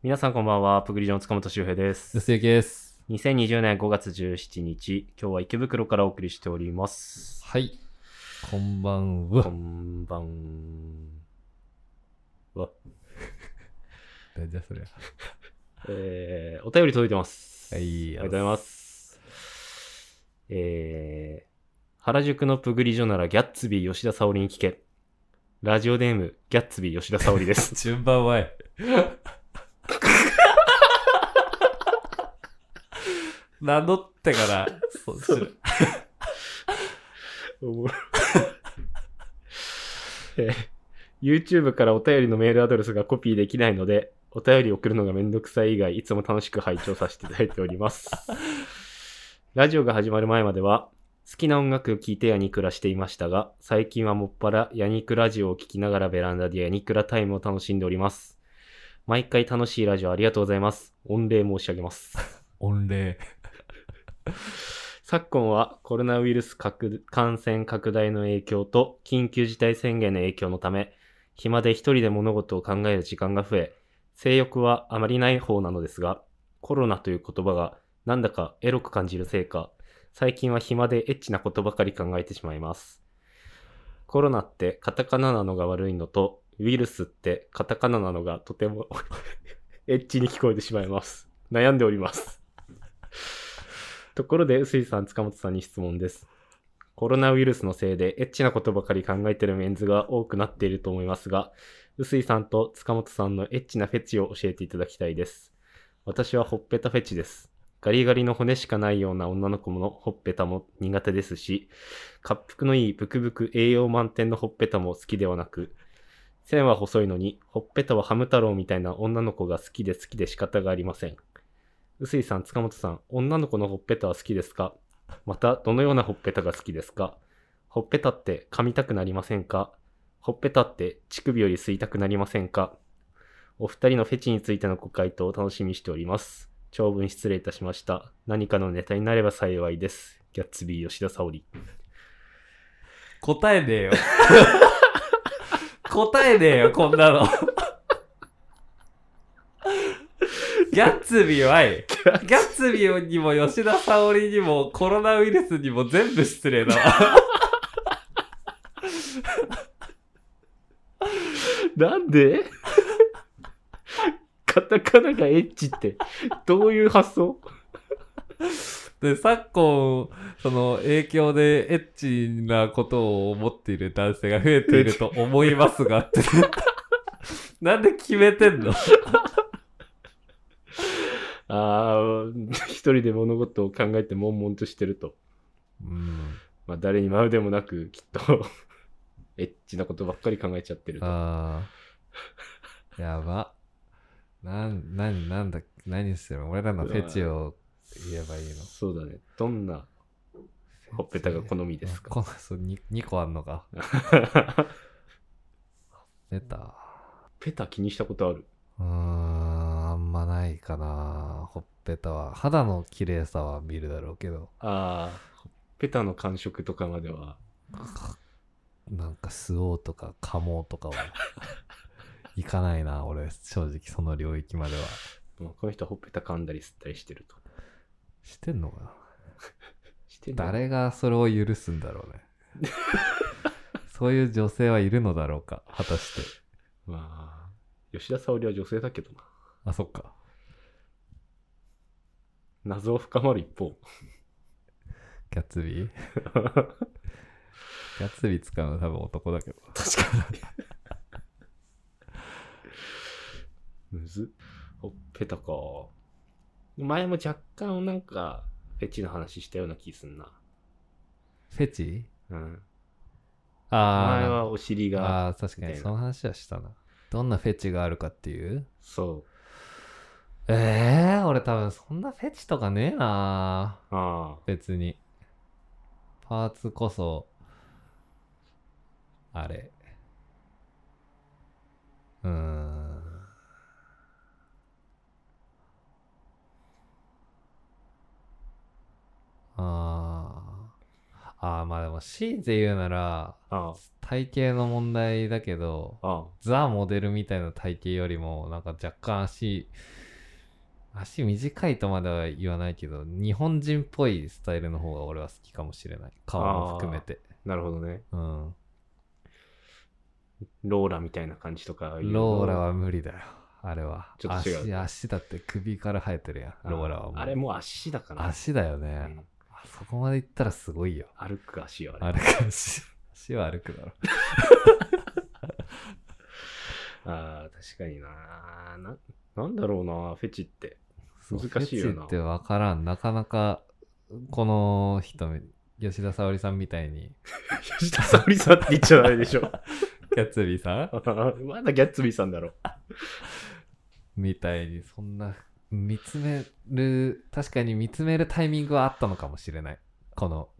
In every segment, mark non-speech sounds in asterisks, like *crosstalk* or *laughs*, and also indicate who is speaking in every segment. Speaker 1: 皆さんこんばんは。プグリジョン塚本修平です。
Speaker 2: 安行です。
Speaker 1: 2020年5月17日、今日は池袋からお送りしており *laughs* ます。
Speaker 2: はい。こんばん
Speaker 1: こ
Speaker 2: は。
Speaker 1: んばんは。
Speaker 2: じゃあそれは。
Speaker 1: えー、お便り届いてます。
Speaker 2: はい
Speaker 1: ありがとうございます。えー、原宿のプグリジョならギャッツビー吉田沙織に聞け。ラジオネーム、ギャッツビー吉田沙織です。
Speaker 2: 順番はい。 *laughs* 名乗ってから、そうする。
Speaker 1: おもろいえー YouTube からお便りのメールアドレスがコピーできないので、お便り送るのがめんどくさい以外、いつも楽しく拝聴させていただいております。ラジオが始まる前までは、好きな音楽を聴いてヤニクラしていましたが、最近はもっぱらヤニクラジオを聴きながらベランダでヤニクラタイムを楽しんでおります。毎回楽しいラジオありがとうございます。御礼申し上げます。
Speaker 2: 御礼。
Speaker 1: 昨今はコロナウイルス拡感染拡大の影響と緊急事態宣言の影響のため、暇で一人で物事を考える時間が増え、性欲はあまりない方なのですが、コロナという言葉がなんだかエロく感じるせいか、最近は暇でエッチなことばかり考えてしまいます。コロナってカタカナなのが悪いのと、ウイルスってカタカナなのがとても *laughs* エッチに聞こえてしまいます。悩んでおります。ところで、臼井さん、塚本さんに質問です。コロナウイルスのせいでエッチなことばかり考えてるメンズが多くなっていると思いますが、臼井さんと塚本さんのエッチなフェチを教えていただきたいです。私はほっぺたフェチです。ガリガリの骨しかないような女の子のほっぺたも苦手ですし、滑腹のいいブクブク栄養満点のほっぺたも好きではなく、線は細いのに、ほっぺたはハム太郎みたいな女の子が好きで好きで仕方がありません。臼井さん、塚本さん、女の子のほっぺたは好きですかまた、どのようなほっぺたが好きですかほっぺたって噛みたくなりませんかほっぺたって乳首より吸いたくなりませんかお二人のフェチについてのご回答を楽しみにしております。長文失礼いたしました。何かのネタになれば幸いです。ギャッツビー吉田沙織。
Speaker 2: 答えねえよ。答えねえよ、こんなの。ギャッツビーはい。ギャッツビーにも吉田沙織にもコロナウイルスにも全部失礼だわ。
Speaker 1: なんでカタカナがエッチって、どういう発想
Speaker 2: で、昨今、その影響でエッチなことを思っている男性が増えていると思います *laughs* がって。なんで決めてんの
Speaker 1: ああ、一人で物事を考えて悶々としてると。
Speaker 2: うん。
Speaker 1: まあ、誰にまうでもなく、きっと、 *laughs* エッチなことばっかり考えちゃってると。
Speaker 2: ああ。やば。なん、なん、なんだ、何してるの俺らのフェチを言えばいいの。
Speaker 1: そうだね。どんな、ほっぺたが好みですか
Speaker 2: あこそうに 2, 個あんのか。出た。
Speaker 1: *laughs* ペタ気にしたことある
Speaker 2: うーん、あんまないかな。ほっぺたは。肌の綺麗さは見るだろうけど、
Speaker 1: ああ、ほっぺたの感触とかまでは、
Speaker 2: なんか吸おうとか噛もう
Speaker 1: *laughs*
Speaker 2: とかは。いかないな、俺、正直その領域までは。
Speaker 1: まあ、この人はほっぺた噛んだり吸ったりしてると。
Speaker 2: してんのかな
Speaker 1: してんの
Speaker 2: 誰がそれを許すんだろうね
Speaker 1: *laughs*
Speaker 2: そういう女性はいるのだろうか果たして
Speaker 1: まあ、吉田沙織は女性だけどな。
Speaker 2: あそっか
Speaker 1: 謎を深まる一方。
Speaker 2: キャッ
Speaker 1: *laughs*
Speaker 2: ツビーキャッツビー使うの多分男だけど
Speaker 1: 確かに。むずっ。ほっぺたか。前も若干なんか、フェチの話したような気すんな。
Speaker 2: フェチ
Speaker 1: うん。前
Speaker 2: あ
Speaker 1: はお尻
Speaker 2: ー
Speaker 1: が、
Speaker 2: あー確
Speaker 1: み
Speaker 2: か
Speaker 1: たい
Speaker 2: に
Speaker 1: な
Speaker 2: その話はしたなどんなフェチがあるかっていう
Speaker 1: そ
Speaker 2: ええー、俺多分そんなフェチとかねえな
Speaker 1: う。ああ。
Speaker 2: 別にパーツこそあれうーんあーああ、まあでも、強いて言うなら、
Speaker 1: あ
Speaker 2: 体型の問題だけど、
Speaker 1: あ、あ
Speaker 2: ザ・モデルみたいな体型よりも、なんか若干足、足短いとまでは言わないけど、日本人っぽいスタイルの方が俺は好きかもしれない。顔も含めて。
Speaker 1: あ、なるほどね。
Speaker 2: うん。
Speaker 1: ローラみたいな感じとかいうの。
Speaker 2: ローラは無理だよ。あれは。
Speaker 1: ちょっと違う
Speaker 2: 足、足だって首から生えてるや
Speaker 1: あ
Speaker 2: ん。
Speaker 1: ー
Speaker 2: ローラはもう。
Speaker 1: あれもう足だから。
Speaker 2: 足だよ
Speaker 1: う
Speaker 2: ね。
Speaker 1: ん
Speaker 2: あそこまで行ったらすごいよ。
Speaker 1: 歩く足よ、あれ。
Speaker 2: 歩く足。足は歩くだろ。
Speaker 1: ああ、確かになな。なんだろうな、フェチって。 *laughs*
Speaker 2: そう
Speaker 1: 難しいよな
Speaker 2: フェチって分からん。なかなか、この人、吉田沙保里さんみた
Speaker 1: *laughs*
Speaker 2: いに、
Speaker 1: 吉田沙保里さんって言っちゃダメでしょ。 *laughs*
Speaker 2: キャッツビーさん
Speaker 1: まだギャッツビーさんだろ。
Speaker 2: みたいに、そんな、見つめる、確かに見つめるタイミングはあったのかもしれない。この、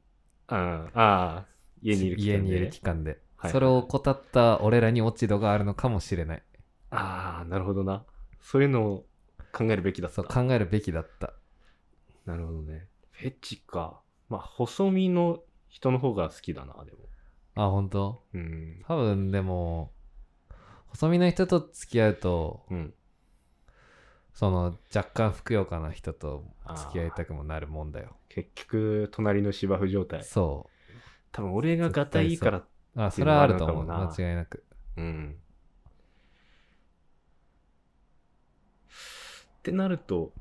Speaker 1: ああああ、家にいる期間で
Speaker 2: にいる期間で。
Speaker 1: はい
Speaker 2: それを怠った俺らに落ち度があるのかもしれない。
Speaker 1: ああ、なるほどな。そういうのを考えるべきだった
Speaker 2: そう。考えるべきだった。
Speaker 1: なるほどね。フェチか。まあ、細身の人の方が好きだな、でも。
Speaker 2: あ、本当
Speaker 1: うん。
Speaker 2: 多分でも、細身の人と付き合うと、
Speaker 1: うん。
Speaker 2: その若干ふくよかな人と付き合い
Speaker 1: あ
Speaker 2: たくもなるもんだよ。
Speaker 1: ー結局、隣の芝生状態。
Speaker 2: そ
Speaker 1: 多分、俺がガタイいいから。
Speaker 2: う。あ、
Speaker 1: ってい
Speaker 2: そうれ
Speaker 1: のは
Speaker 2: は
Speaker 1: あ
Speaker 2: あ
Speaker 1: る
Speaker 2: る
Speaker 1: の
Speaker 2: と
Speaker 1: かも
Speaker 2: 思う。
Speaker 1: な
Speaker 2: 間違いなく。
Speaker 1: うん。ってなると、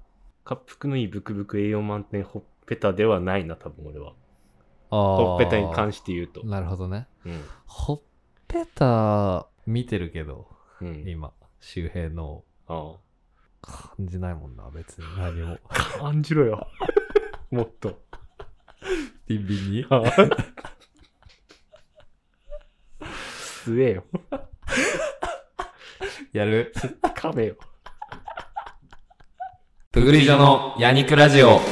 Speaker 1: 滑腹のいいブクブク栄養満点ほっぺたではないな、多分俺は。
Speaker 2: ああ。
Speaker 1: ほっぺたに関して言うと。
Speaker 2: なるほどね。
Speaker 1: うん。
Speaker 2: ほっぺた見てるけど、
Speaker 1: うん。
Speaker 2: 今、周平のを
Speaker 1: ああ。
Speaker 2: 感じないもんな、 *laughs* 別に何も。
Speaker 1: 感じろよ。もっと。
Speaker 2: ビンビンに
Speaker 1: 吸えよ。
Speaker 2: やる。
Speaker 1: 噛めよ。
Speaker 2: プグリジョのヤニクラジオ。
Speaker 3: I know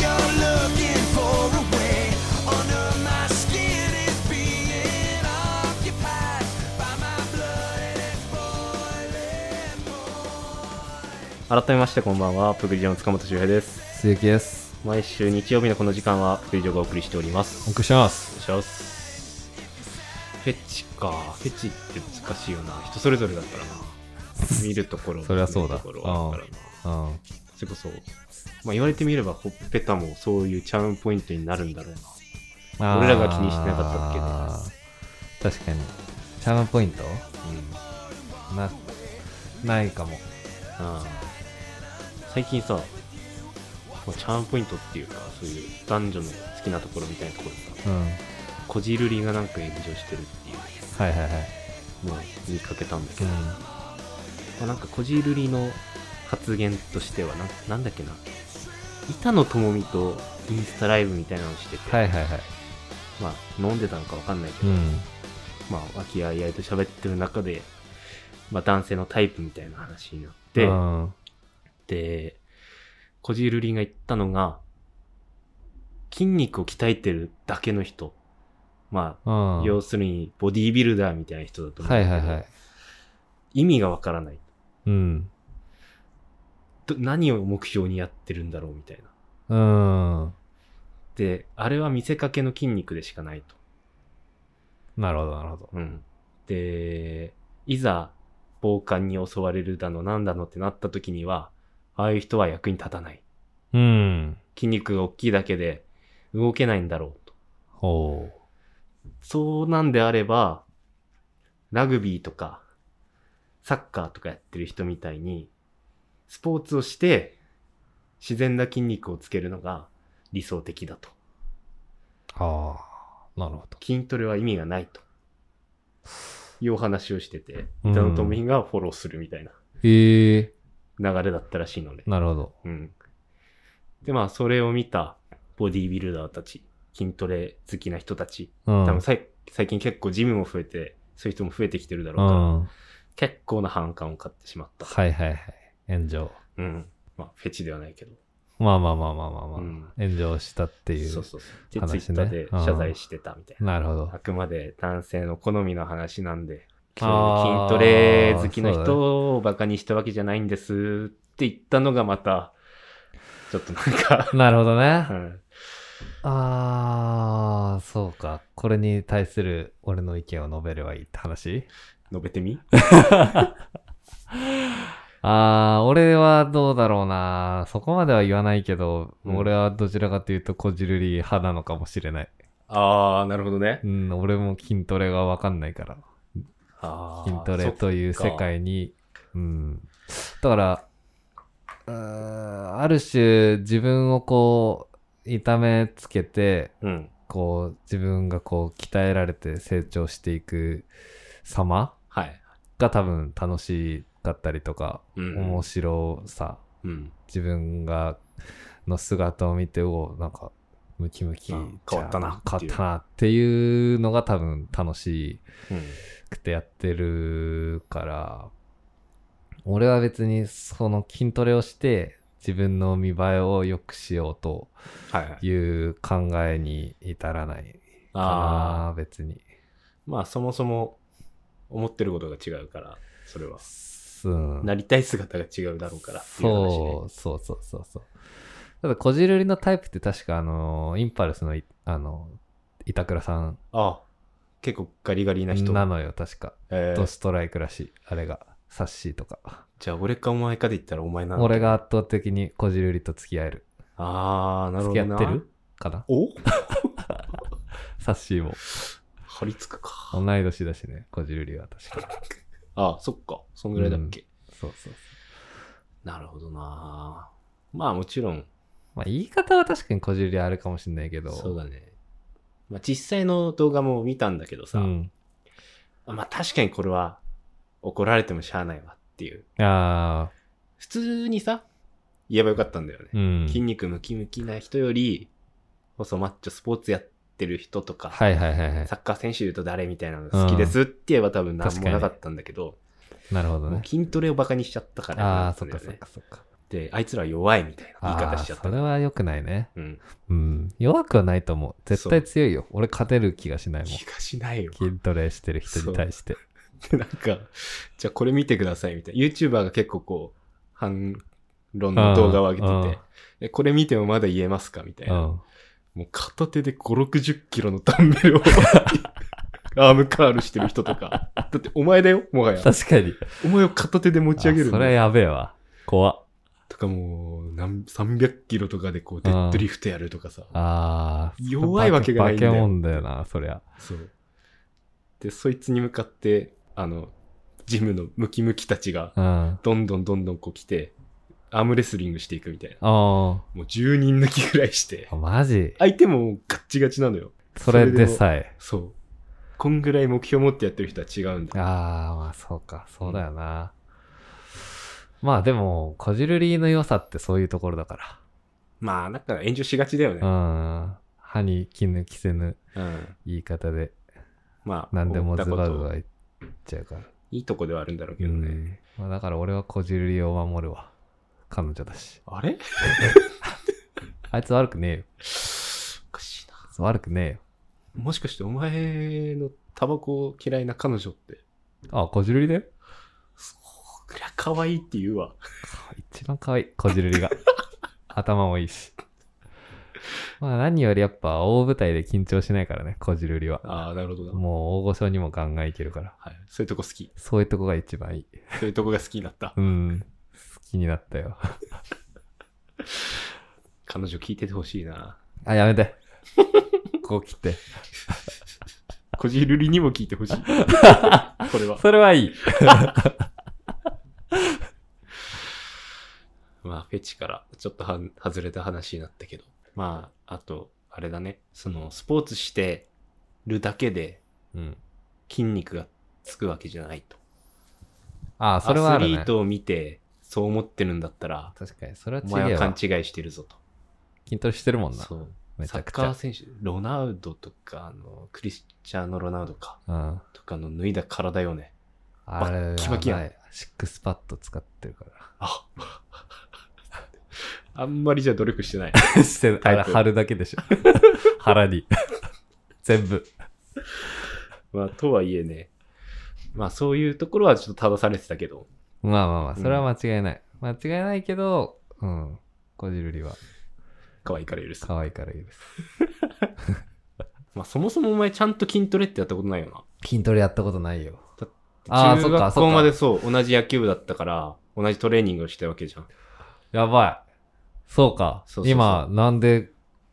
Speaker 3: you're looking for a way. Under my skin is being occupied by my blood and it's boiling more.
Speaker 1: 改めましてこんばんは、プグリジョの塚本周平です。
Speaker 2: 鈴木です。
Speaker 1: 毎週日曜日のこの時間は、プグリジョがお送りしております。
Speaker 2: お送りします。
Speaker 1: お願いします。フェチか。フェチって難しいよな。人それぞれだからな。見るところ、
Speaker 2: そりゃそうだ
Speaker 1: 見るところはあるからな。
Speaker 2: うん。
Speaker 1: それこそ、まあ、言われてみれば、ほっぺたもそういうチャームポイントになるんだろうな。俺らが気にしてなかっただ
Speaker 2: け確かに。チャームポイント
Speaker 1: うん
Speaker 2: な、ないかも。
Speaker 1: あー最近さ、まあチャームポイントっていうか、そういう男女の好きなところみたいなところでさ、
Speaker 2: うん。はい
Speaker 1: こじるりがなんか炎上してるってい
Speaker 2: はいはい。
Speaker 1: うのを見かけたんだけ
Speaker 2: う
Speaker 1: ど、ま
Speaker 2: ん。
Speaker 1: あなんかこじるりの発言としてはな、なんだっけな、板野友美とインスタライブみたいなのをしてて、
Speaker 2: はいはいはい。
Speaker 1: まあ飲んでたのかわかんないけ
Speaker 2: う
Speaker 1: ど、
Speaker 2: ん。
Speaker 1: まあ和気あいあいと喋ってる中で、まあ男性のタイプみたいな話になって、
Speaker 2: うん、
Speaker 1: で、こじるりんが言ったのが、筋肉を鍛えてるだけの人。まあ、
Speaker 2: うん
Speaker 1: 要するにボディービルダーみたいな人だと思う。
Speaker 2: はいはいはい。。
Speaker 1: 意味がわからない。
Speaker 2: うん。
Speaker 1: ど何を目標にやってるんだろうみたいな。
Speaker 2: うん。
Speaker 1: で、あれは見せかけの筋肉でしかないと。
Speaker 2: なるほどなるほど。
Speaker 1: うん。で、いざ、暴漢に襲われるだの、なんだのってなった時には、ああいう人は役に立たない。
Speaker 2: うん。
Speaker 1: 筋肉が大きいだけで動けないんだろうと。
Speaker 2: ほ
Speaker 1: そうなんであれば、ラグビーとか、サッカーとかやってる人みたいに、スポーツをして、自然な筋肉をつけるのが理想的だと。
Speaker 2: う。はあ。なるほど。
Speaker 1: 筋トレは意味がないと。いうお話をしてて、
Speaker 2: うん
Speaker 1: 板野友美がフォローするみたいな
Speaker 2: へえ
Speaker 1: 流れだったらしいので。
Speaker 2: なるほど。
Speaker 1: うん。で、まあ、それを見たボディービルダーたち、筋トレ好きな人たち、
Speaker 2: う
Speaker 1: 多
Speaker 2: ん。
Speaker 1: 分さい最近結構ジムも増えて、そういう人も増えてきてるだ
Speaker 2: う
Speaker 1: ろうから、
Speaker 2: ん。は
Speaker 1: 結構な反感を買ってしまった。
Speaker 2: いはいはい。炎上。
Speaker 1: うん。まあ、フェチではないけど。
Speaker 2: まあまあまあまあまあまあ。
Speaker 1: うん
Speaker 2: 炎上したっていう。
Speaker 1: そうそうそう。で、
Speaker 2: 話
Speaker 1: ツイ
Speaker 2: ね
Speaker 1: ッターで謝罪してたみたいな。
Speaker 2: なるほど
Speaker 1: あ。くまで男性の好みの話なんで、筋
Speaker 2: あー
Speaker 1: トレ好きの
Speaker 2: そう、
Speaker 1: 人をバカにしたわけじゃないんですって言ったのがまた、ちょっとなんか *laughs*
Speaker 2: なるほどね
Speaker 1: う。ん
Speaker 2: あー、そうか。これに対する俺の意見を述べればいいって話
Speaker 1: 述べてみ
Speaker 2: あー、俺はどうだろうな。そこまでは言わないけど、
Speaker 1: うん
Speaker 2: 俺はどちらかというとこじるり派なのかもしれない。
Speaker 1: ああ、なるほどね。
Speaker 2: うん、俺も筋トレがわかんないから。
Speaker 1: あー
Speaker 2: 筋トレという世。界に。うん。だから、うーんある種自分をこう、痛めつけて、
Speaker 1: そっかうん。
Speaker 2: こう、自分がこう、鍛えられて成長していく様
Speaker 1: はい。
Speaker 2: が多分楽しかったりとか、
Speaker 1: うん
Speaker 2: 面白さ、
Speaker 1: うん。
Speaker 2: 自分が、の姿を見て、おうなんか、ムキムキ。
Speaker 1: うん変わったなっ
Speaker 2: 変わって
Speaker 1: いう
Speaker 2: たなっていうのが多分楽し
Speaker 1: うん。
Speaker 2: くてやってるから、俺は別にその筋トレをして、自分の見栄えを良くしようと
Speaker 1: はいはい。
Speaker 2: いう考えに至らない
Speaker 1: ああ。
Speaker 2: ああ、別に。
Speaker 1: まあ、そもそも、思ってることが違うから、それは。
Speaker 2: すうん
Speaker 1: なりたい姿が違うだろうからっていう話ね。
Speaker 2: そう、そうそうそうそう。ただ、こじるりのタイプって確か、あの、インパルスのい、あの、板倉さん
Speaker 1: ああ。結構ガリガリな人。
Speaker 2: なのよ、確か。
Speaker 1: えー
Speaker 2: ドストライクらしい、あれが。サッシーとか。
Speaker 1: じゃあ、俺かお前かで言ったらお前なの。
Speaker 2: 俺が圧倒的にこじるりと付き合える。
Speaker 1: ああ、なる
Speaker 2: 付
Speaker 1: ほ
Speaker 2: き
Speaker 1: ど
Speaker 2: 合
Speaker 1: な。
Speaker 2: ってるかな
Speaker 1: お
Speaker 2: サッシーも。
Speaker 1: 張り付くか。
Speaker 2: 同い年だしね、こじるりは確か。
Speaker 1: ああ、そっか。そんぐらいだっけ。
Speaker 2: そうそうそう。
Speaker 1: なるほどな。まあ、もちろん、
Speaker 2: まあ、言い方は確かにこじるりあるかもしれないけど。
Speaker 1: そうだね。まあ、実際の動画も見たんだけどさ、
Speaker 2: うん。
Speaker 1: まあ確かにこれは怒られてもしゃあないわっていう。
Speaker 2: ああ、
Speaker 1: 普通にさ、言えばよかったんだよね。
Speaker 2: うん。
Speaker 1: 筋肉ムキムキな人より、細マッチョスポーツやってる人とか、
Speaker 2: はいはいはいはい。
Speaker 1: サッカー選手で言うと誰みたいなのが好きですって言えば多分何もなかったんだけど、
Speaker 2: なるほど
Speaker 1: も
Speaker 2: ね
Speaker 1: う。筋トレをバカにしちゃったから、
Speaker 2: ああ、
Speaker 1: そ
Speaker 2: そっ
Speaker 1: うだ
Speaker 2: か
Speaker 1: よ
Speaker 2: そっ
Speaker 1: ね
Speaker 2: か。そっか。
Speaker 1: で、あいつら弱いみたいな言い方しちゃっ
Speaker 2: あー
Speaker 1: た
Speaker 2: そ。れは良くないね。
Speaker 1: うん。
Speaker 2: うん。弱くはないと思う。絶対強いよ。俺勝てる気がしないもん。
Speaker 1: 気がしないよ。
Speaker 2: 筋トレしてる人に対して。
Speaker 1: で、なんか、じゃあこれ見てくださいみたいな。YouTuber が結構こう、反論の動画を上げ
Speaker 2: うんう
Speaker 1: て
Speaker 2: ん
Speaker 1: て、えこれ見てもまだ言えますかみたいうな。
Speaker 2: ん。
Speaker 1: もう片手で5、60キロのダンベルを、 *laughs* アームカールしてる人とか。だってお前だよ、もはや。
Speaker 2: 確かに。
Speaker 1: お前を片手で持
Speaker 2: あ
Speaker 1: ち上げるん
Speaker 2: それは
Speaker 1: だよ
Speaker 2: やべえわ。怖っ
Speaker 1: とかもう、なん300キロとかでこう、デッドリフトやるとかさ。
Speaker 2: ああ。
Speaker 1: 弱いわけがないんだよ
Speaker 2: 化け物だよな、そりゃ。
Speaker 1: そう。で、そいつに向かって、あの、ジムのムキムキたちが、
Speaker 2: うん。あ
Speaker 1: どんどんどんどんこう来て、アームレスリングしていくみたいな。
Speaker 2: あ。
Speaker 1: もう10人抜きぐらいして
Speaker 2: あ、マジ
Speaker 1: 相手もガッチガチなのよ。
Speaker 2: それでさえ。
Speaker 1: そう。こんぐらい目標持ってやってる人は違うんだよ。
Speaker 2: ああ、まあそうか。そうだよな。まあでも、こじるりの良さってそういうところだか
Speaker 1: まあ、だから炎上しがちだよね
Speaker 2: ら。う。ん。歯に衣着せぬ
Speaker 1: うん。
Speaker 2: 言い方で
Speaker 1: まあ、
Speaker 2: 何でも
Speaker 1: 思
Speaker 2: ズ
Speaker 1: ったこ
Speaker 2: バズ
Speaker 1: と
Speaker 2: バ言っちゃうから。
Speaker 1: いいとこではあるんだろうけ
Speaker 2: う
Speaker 1: どね。
Speaker 2: んまあ、だから俺はこじるりを守るわ。彼女だし。
Speaker 1: あれ
Speaker 2: あいつ悪くねえよ。
Speaker 1: おかしいな。
Speaker 2: 悪くね
Speaker 1: もしかしてお前のタバコ嫌いな彼女って、
Speaker 2: えよ。あ、こじるりだよ。
Speaker 1: そうくら可愛いって言うわ。
Speaker 2: 一番可愛い、こじる
Speaker 1: *laughs*
Speaker 2: りが。頭もいいし。まあ何よりやっぱ大舞台で緊張しないからね、こじるりは。
Speaker 1: ああ、なるほどな。
Speaker 2: もう大御所にもガンガンいけるから。
Speaker 1: はい。そういうとこ好き。
Speaker 2: そういうとこが一番いい。
Speaker 1: そういうとこが好きになった
Speaker 2: う。ん。好きになっ
Speaker 1: *laughs*
Speaker 2: たよ。
Speaker 1: 彼女聞いててほしいな。
Speaker 2: あ、や
Speaker 1: *laughs*
Speaker 2: めて。こう切って。
Speaker 1: こじるりにも聞いてほし *laughs* い。これは。
Speaker 2: それはいい。
Speaker 1: まあ、フェチからちょっとは外れた話になったけど。まあ、あと、あれだね。その、スポーツしてるだけで
Speaker 2: うん。
Speaker 1: 筋肉がつくわけじゃないと。
Speaker 2: あ、それはあ
Speaker 1: アス
Speaker 2: る
Speaker 1: リ
Speaker 2: ね
Speaker 1: ー。トを見て、そう思ってるんだったら、
Speaker 2: 確かに、それは
Speaker 1: お
Speaker 2: 違
Speaker 1: 前
Speaker 2: え
Speaker 1: は
Speaker 2: わ
Speaker 1: 勘。違いしてるぞと。
Speaker 2: 筋トレしてるもんな。
Speaker 1: そう。
Speaker 2: めち
Speaker 1: サ
Speaker 2: ゃ
Speaker 1: ッ
Speaker 2: くち
Speaker 1: カー
Speaker 2: ゃ。
Speaker 1: 選手、ロナウドとか、あの、クリスチャーノ・ロナウドか、
Speaker 2: うん。
Speaker 1: とかの脱いだ体よね。
Speaker 2: あれ
Speaker 1: ッキバキやん
Speaker 2: はないシックスパッド使っ
Speaker 1: *laughs*
Speaker 2: てるか
Speaker 1: ああんまりじゃあ努力してない。
Speaker 2: ら。してる。あれ
Speaker 1: タイプ
Speaker 2: 貼るだけで
Speaker 1: *laughs*
Speaker 2: しょ。腹に。全部。
Speaker 1: まあ、とはいえね。まあ、そういうところはちょっと正されてたけど。
Speaker 2: まあまあまあ、それは間違いない。間違いないけど、うん。こじるりは。
Speaker 1: 可愛いから許す。
Speaker 2: 可愛いから許す。
Speaker 1: まあ、そもそもお前ちゃんと筋トレってやったことないよな。
Speaker 2: 筋トレやったことないよ。あー
Speaker 1: 中
Speaker 2: そっか
Speaker 1: 学校までそう、同じ野球部だったから、同じトレーニングをしてたわけじゃん。
Speaker 2: やばい。そうか。
Speaker 1: そうそうそう
Speaker 2: 今、なんで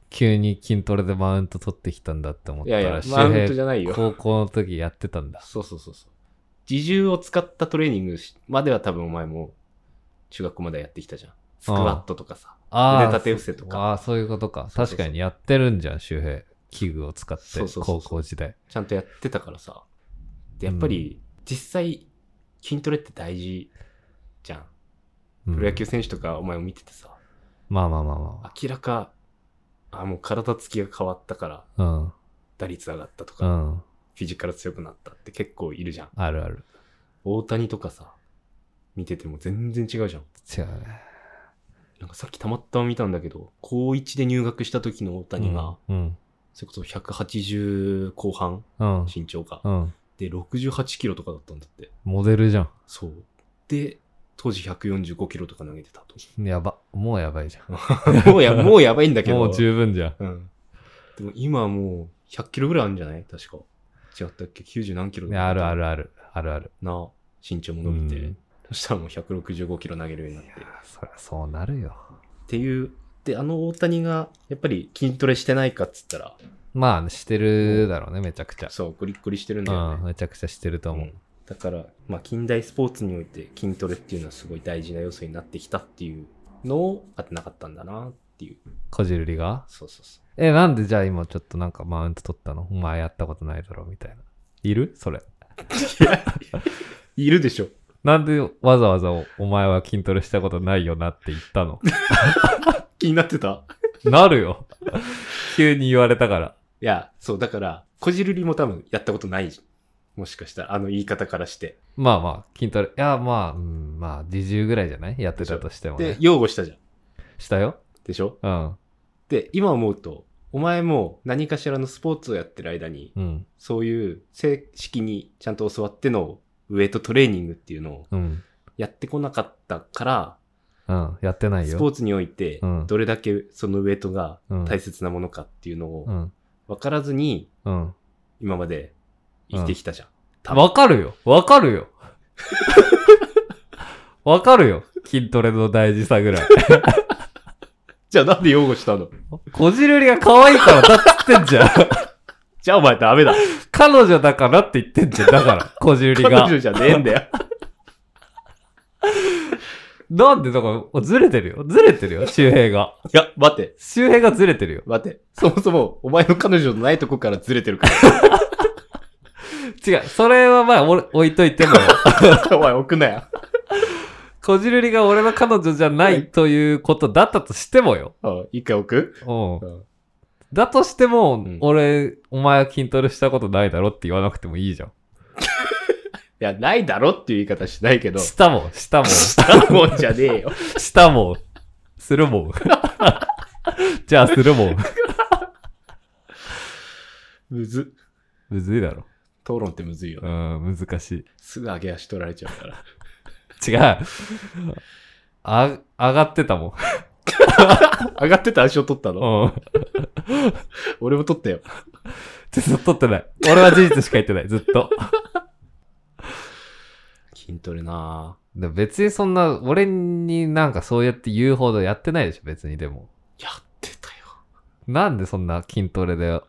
Speaker 2: 急に筋トレでマウント取ってきたんだって思っ
Speaker 1: い
Speaker 2: たら、
Speaker 1: やいや、
Speaker 2: 周
Speaker 1: マウント
Speaker 2: 平
Speaker 1: じゃないよ。
Speaker 2: 高校の時やってたんだ。
Speaker 1: そうそうそうそう。自重を使ったトレーニングしまでは多分お前も中学校までやってきたじゃん。スクワットとかさ。
Speaker 2: ああ。
Speaker 1: 腕立て伏せとか
Speaker 2: ああー、そういうことか。
Speaker 1: そうそうそう
Speaker 2: 確かにやってるんじゃん、周平。器具を使って
Speaker 1: そうそう、そうそう
Speaker 2: 高校時代。
Speaker 1: ちゃんとやってたからさ。で、やっぱり実際筋トレって大事じゃん。
Speaker 2: うん
Speaker 1: プロ野球選手とかお前を見ててさ、
Speaker 2: まあまあまあま
Speaker 1: 明らか、あ、もう体つきが変わったから
Speaker 2: あ。
Speaker 1: 打率上がったと
Speaker 2: う
Speaker 1: か、
Speaker 2: ん。うん。
Speaker 1: フィジカル強くなったって結構いるじゃん。
Speaker 2: あるある。
Speaker 1: 大谷とかさ、見てても全然違うじゃん。
Speaker 2: 違うね。
Speaker 1: なんかさっきたまたま見たんだけど、高1で入学した時の大谷が、
Speaker 2: うん。
Speaker 1: それこそ180後半、
Speaker 2: うん。
Speaker 1: 身長が。
Speaker 2: うん。
Speaker 1: で、68キロとかだったんだって。
Speaker 2: モデルじゃ
Speaker 1: そう。で、当時145キロとか投げてた
Speaker 2: *laughs*
Speaker 1: と。
Speaker 2: ん。やば。もうやばいじゃ
Speaker 1: もうや、もうやばいんだけ
Speaker 2: ん。
Speaker 1: ど。
Speaker 2: もう十分じゃん。
Speaker 1: うん。でも今はもう100キロぐらいあるんじゃない確か。違ったっけ ?90 何キロ
Speaker 2: ねあるあ
Speaker 1: る。
Speaker 2: るある。あるある。
Speaker 1: な、身長も伸びて。
Speaker 2: うん
Speaker 1: そしたらもう165キロ投げるようになって。っ
Speaker 2: そりゃそうなるよ。
Speaker 1: ていう。で、あの大谷が、やっぱり筋トレしてないかっつったら、
Speaker 2: まあ、してるだろうね、めちゃくちゃ。
Speaker 1: そう、ゴリッゴリしてるんだよね。
Speaker 2: うん、めちゃくちゃしてると思う。
Speaker 1: だから、まあ、近代スポーツにおいて筋トレっていうのはすごい大事な要素になってきたっていうのを当てなかったんだなっていう。
Speaker 2: こじるりが。
Speaker 1: そうそうそ
Speaker 2: え、なんでじゃあ今ちょっとなんかマウント取ったのお前やったことないだろ、みたいな。いるそれ。
Speaker 1: う。いるでしょ。
Speaker 2: なんでわざわざおお前は筋トレしたことないよなって言っ
Speaker 1: *laughs*
Speaker 2: たの
Speaker 1: 気になってた
Speaker 2: なるよ。急に言われたから。
Speaker 1: いや、そう、だから、こじるりも多分やったことないじゃんもしかしたら、あの言い方からして。
Speaker 2: まあまあ、筋トレ。いや、まあ、うん、まあ、自重ぐらいじゃないやってたとしても
Speaker 1: で
Speaker 2: ね、。
Speaker 1: 擁護したじゃん。
Speaker 2: したよ。
Speaker 1: でしょ
Speaker 2: うん。
Speaker 1: で、今思うと、お前も何かしらのスポーツをやってる間に、
Speaker 2: うん。
Speaker 1: そういう正式にちゃんと教わってのウェイトトレーニングっていうのを
Speaker 2: うん。
Speaker 1: やってこなかったから、
Speaker 2: うん。やってない
Speaker 1: ス
Speaker 2: よ。
Speaker 1: ポーツにおいて
Speaker 2: うん
Speaker 1: どれだけそのウェイトが
Speaker 2: うん
Speaker 1: 大切なものかっていうの
Speaker 2: う
Speaker 1: を
Speaker 2: ん。
Speaker 1: 分からずに
Speaker 2: うん。
Speaker 1: 今まで生きてきたじゃん。多分
Speaker 2: わかるよ。わかるよ。 *laughs* わかるよ。筋トレの大事さぐらい。
Speaker 1: じゃあなんで擁護したの
Speaker 2: こじるりが可愛いからだっつってんじゃん。
Speaker 1: じゃあお前ダメだ。
Speaker 2: 彼女だからって言ってんじゃん。だから、こじるり
Speaker 1: 彼
Speaker 2: が。
Speaker 1: 女じゃねえんだ
Speaker 2: *laughs*
Speaker 1: よ。
Speaker 2: なんでだから、ずれてるよ。ずれてるよ、周平が。
Speaker 1: いや、待て、
Speaker 2: 周平がずれてるよ。
Speaker 1: 待て。そもそもお前の彼女のないとこからずれてるか
Speaker 2: 違う、それはまあ、俺置いといても、 *laughs*
Speaker 1: ら。お前置くなよ。
Speaker 2: こじるりが俺の彼女じゃないということだったとしてもよ。
Speaker 1: うん一回置く
Speaker 2: う。
Speaker 1: うんん
Speaker 2: だとしても、
Speaker 1: ん
Speaker 2: 俺、お前は筋トレしたことないだろって言わなくてもいいじゃん。
Speaker 1: いや、ないだろっていう言い方しないけど、
Speaker 2: したもん、したもん。
Speaker 1: したもんじゃねえよ。
Speaker 2: したもん。するもん。 *laughs* じゃあするもん。
Speaker 1: むず。
Speaker 2: むずいだろ。
Speaker 1: 討論ってむずいよ
Speaker 2: う
Speaker 1: ね。
Speaker 2: ん、難しい。
Speaker 1: すぐ上げ足取られちゃうから。
Speaker 2: 違う。あ、上がってたもん。
Speaker 1: 上がってた足を取ったの
Speaker 2: うん。
Speaker 1: 俺も取ったよ。
Speaker 2: ずっと撮ってない。俺は事実しか言ってない、ずっと。
Speaker 1: 筋トレなぁ。
Speaker 2: で別にそんな、俺になんかそうやって言うほどやってないでしょ、別にでも。
Speaker 1: やってたよ。
Speaker 2: なんでそんな筋トレで、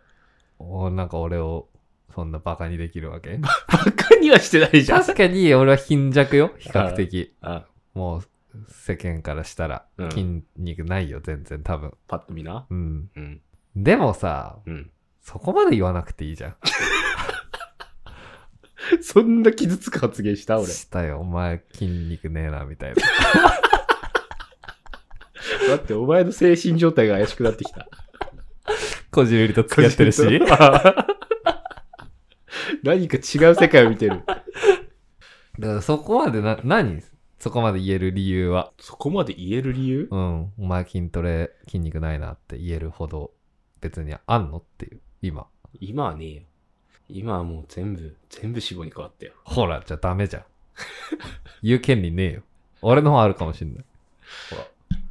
Speaker 2: おなんか俺を、そんなバカにできる
Speaker 1: *laughs*
Speaker 2: わけ
Speaker 1: バカにはしてないじゃん。
Speaker 2: 確かに俺は貧弱よ、比較的。
Speaker 1: あ、
Speaker 2: もう、世間からしたら
Speaker 1: うん、
Speaker 2: 筋肉ないよ、全然、多分。
Speaker 1: パッと見な。
Speaker 2: うん。
Speaker 1: うん。
Speaker 2: でもさ、
Speaker 1: *laughs* うん。
Speaker 2: そこまで言わなくていいじゃん。
Speaker 1: そんな傷つく発言した俺。
Speaker 2: したよ、お前筋肉ねえな、みたいな。 *laughs*
Speaker 1: だってお前の精神状態が怪しくなってき *laughs* た。
Speaker 2: こじるりと付き合ってるし。 *laughs*
Speaker 1: 何か違う世界を見てる。
Speaker 2: だからそこまでな、何そこまで言える理由は。
Speaker 1: そこまで言える理由
Speaker 2: うん。お前筋トレ、筋肉ないなって言えるほど、別にあんのっていう、今。
Speaker 1: 今はねえよ。今はもう全部、全部脂肪に変わったよ。
Speaker 2: ほら、じゃあ *laughs* ダメじゃん。言う権利ねえよ。俺の方あるかもしんない。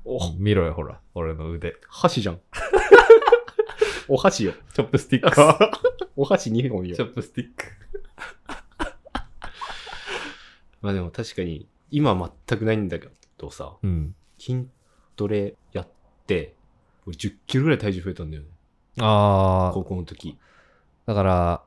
Speaker 1: お、
Speaker 2: 見ろよ、ほら。俺の腕。
Speaker 1: 箸じ *laughs* ゃん。お箸 *laughs* よ。
Speaker 2: チョップスティックス。
Speaker 1: お箸2本よ
Speaker 2: *laughs* チ。ョップスティック。
Speaker 1: まあでも確かに、今全くないんだけどさ、
Speaker 2: うん。
Speaker 1: 筋トレやって、俺10キロぐらい体重増えたんだよね。
Speaker 2: あ
Speaker 1: 高
Speaker 2: あ、
Speaker 1: 校の時。
Speaker 2: だから、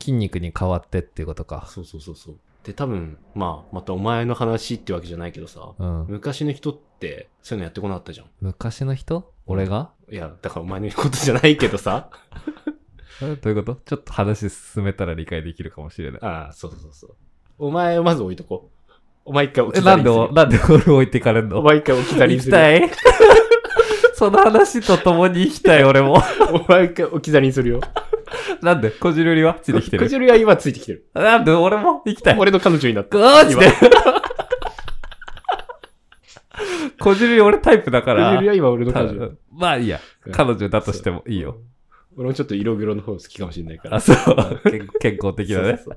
Speaker 2: 筋肉に変わってっていうことか。
Speaker 1: そうそうそうそう。で、多分、まあ、またお前の話ってわけじゃないけどさ、
Speaker 2: うん。
Speaker 1: 昔の人って、そういうのやってこなかったじゃん。
Speaker 2: 昔の人俺が
Speaker 1: いや、だからお前のことじゃないけど
Speaker 2: *laughs*
Speaker 1: さ。
Speaker 2: えどういうことちょっと話進めたら理解できるかもしれない。
Speaker 1: ああ、そうそうそう。お前をまず置いとこう。お前一回置
Speaker 2: え、
Speaker 1: き去
Speaker 2: な
Speaker 1: り
Speaker 2: ん
Speaker 1: にす
Speaker 2: で
Speaker 1: る。
Speaker 2: お、なんで俺置いてかれん
Speaker 1: お
Speaker 2: の
Speaker 1: 前一回置き去りに
Speaker 2: 行
Speaker 1: す
Speaker 2: き
Speaker 1: る。
Speaker 2: たい *laughs* その話と共に行きたい、俺も。
Speaker 1: お前一回置き去りにするよ。
Speaker 2: なんでこじるりはついてきて
Speaker 1: ク
Speaker 2: る。
Speaker 1: ジュリは今ついてきてる。
Speaker 2: なんで俺も行きたい。
Speaker 1: 俺の彼女になった。
Speaker 2: マジでこじるり俺タイプだか
Speaker 1: クジ
Speaker 2: ら。
Speaker 1: ュリは今俺の
Speaker 2: た
Speaker 1: 彼
Speaker 2: だ
Speaker 1: 女。
Speaker 2: まあいいや
Speaker 1: うん。
Speaker 2: 彼女だとしてもいいよ。
Speaker 1: 俺もちょっと色黒の方好きかもしれないから
Speaker 2: あ、。そう。健健康的だ
Speaker 1: そう
Speaker 2: ね。
Speaker 1: そうそう。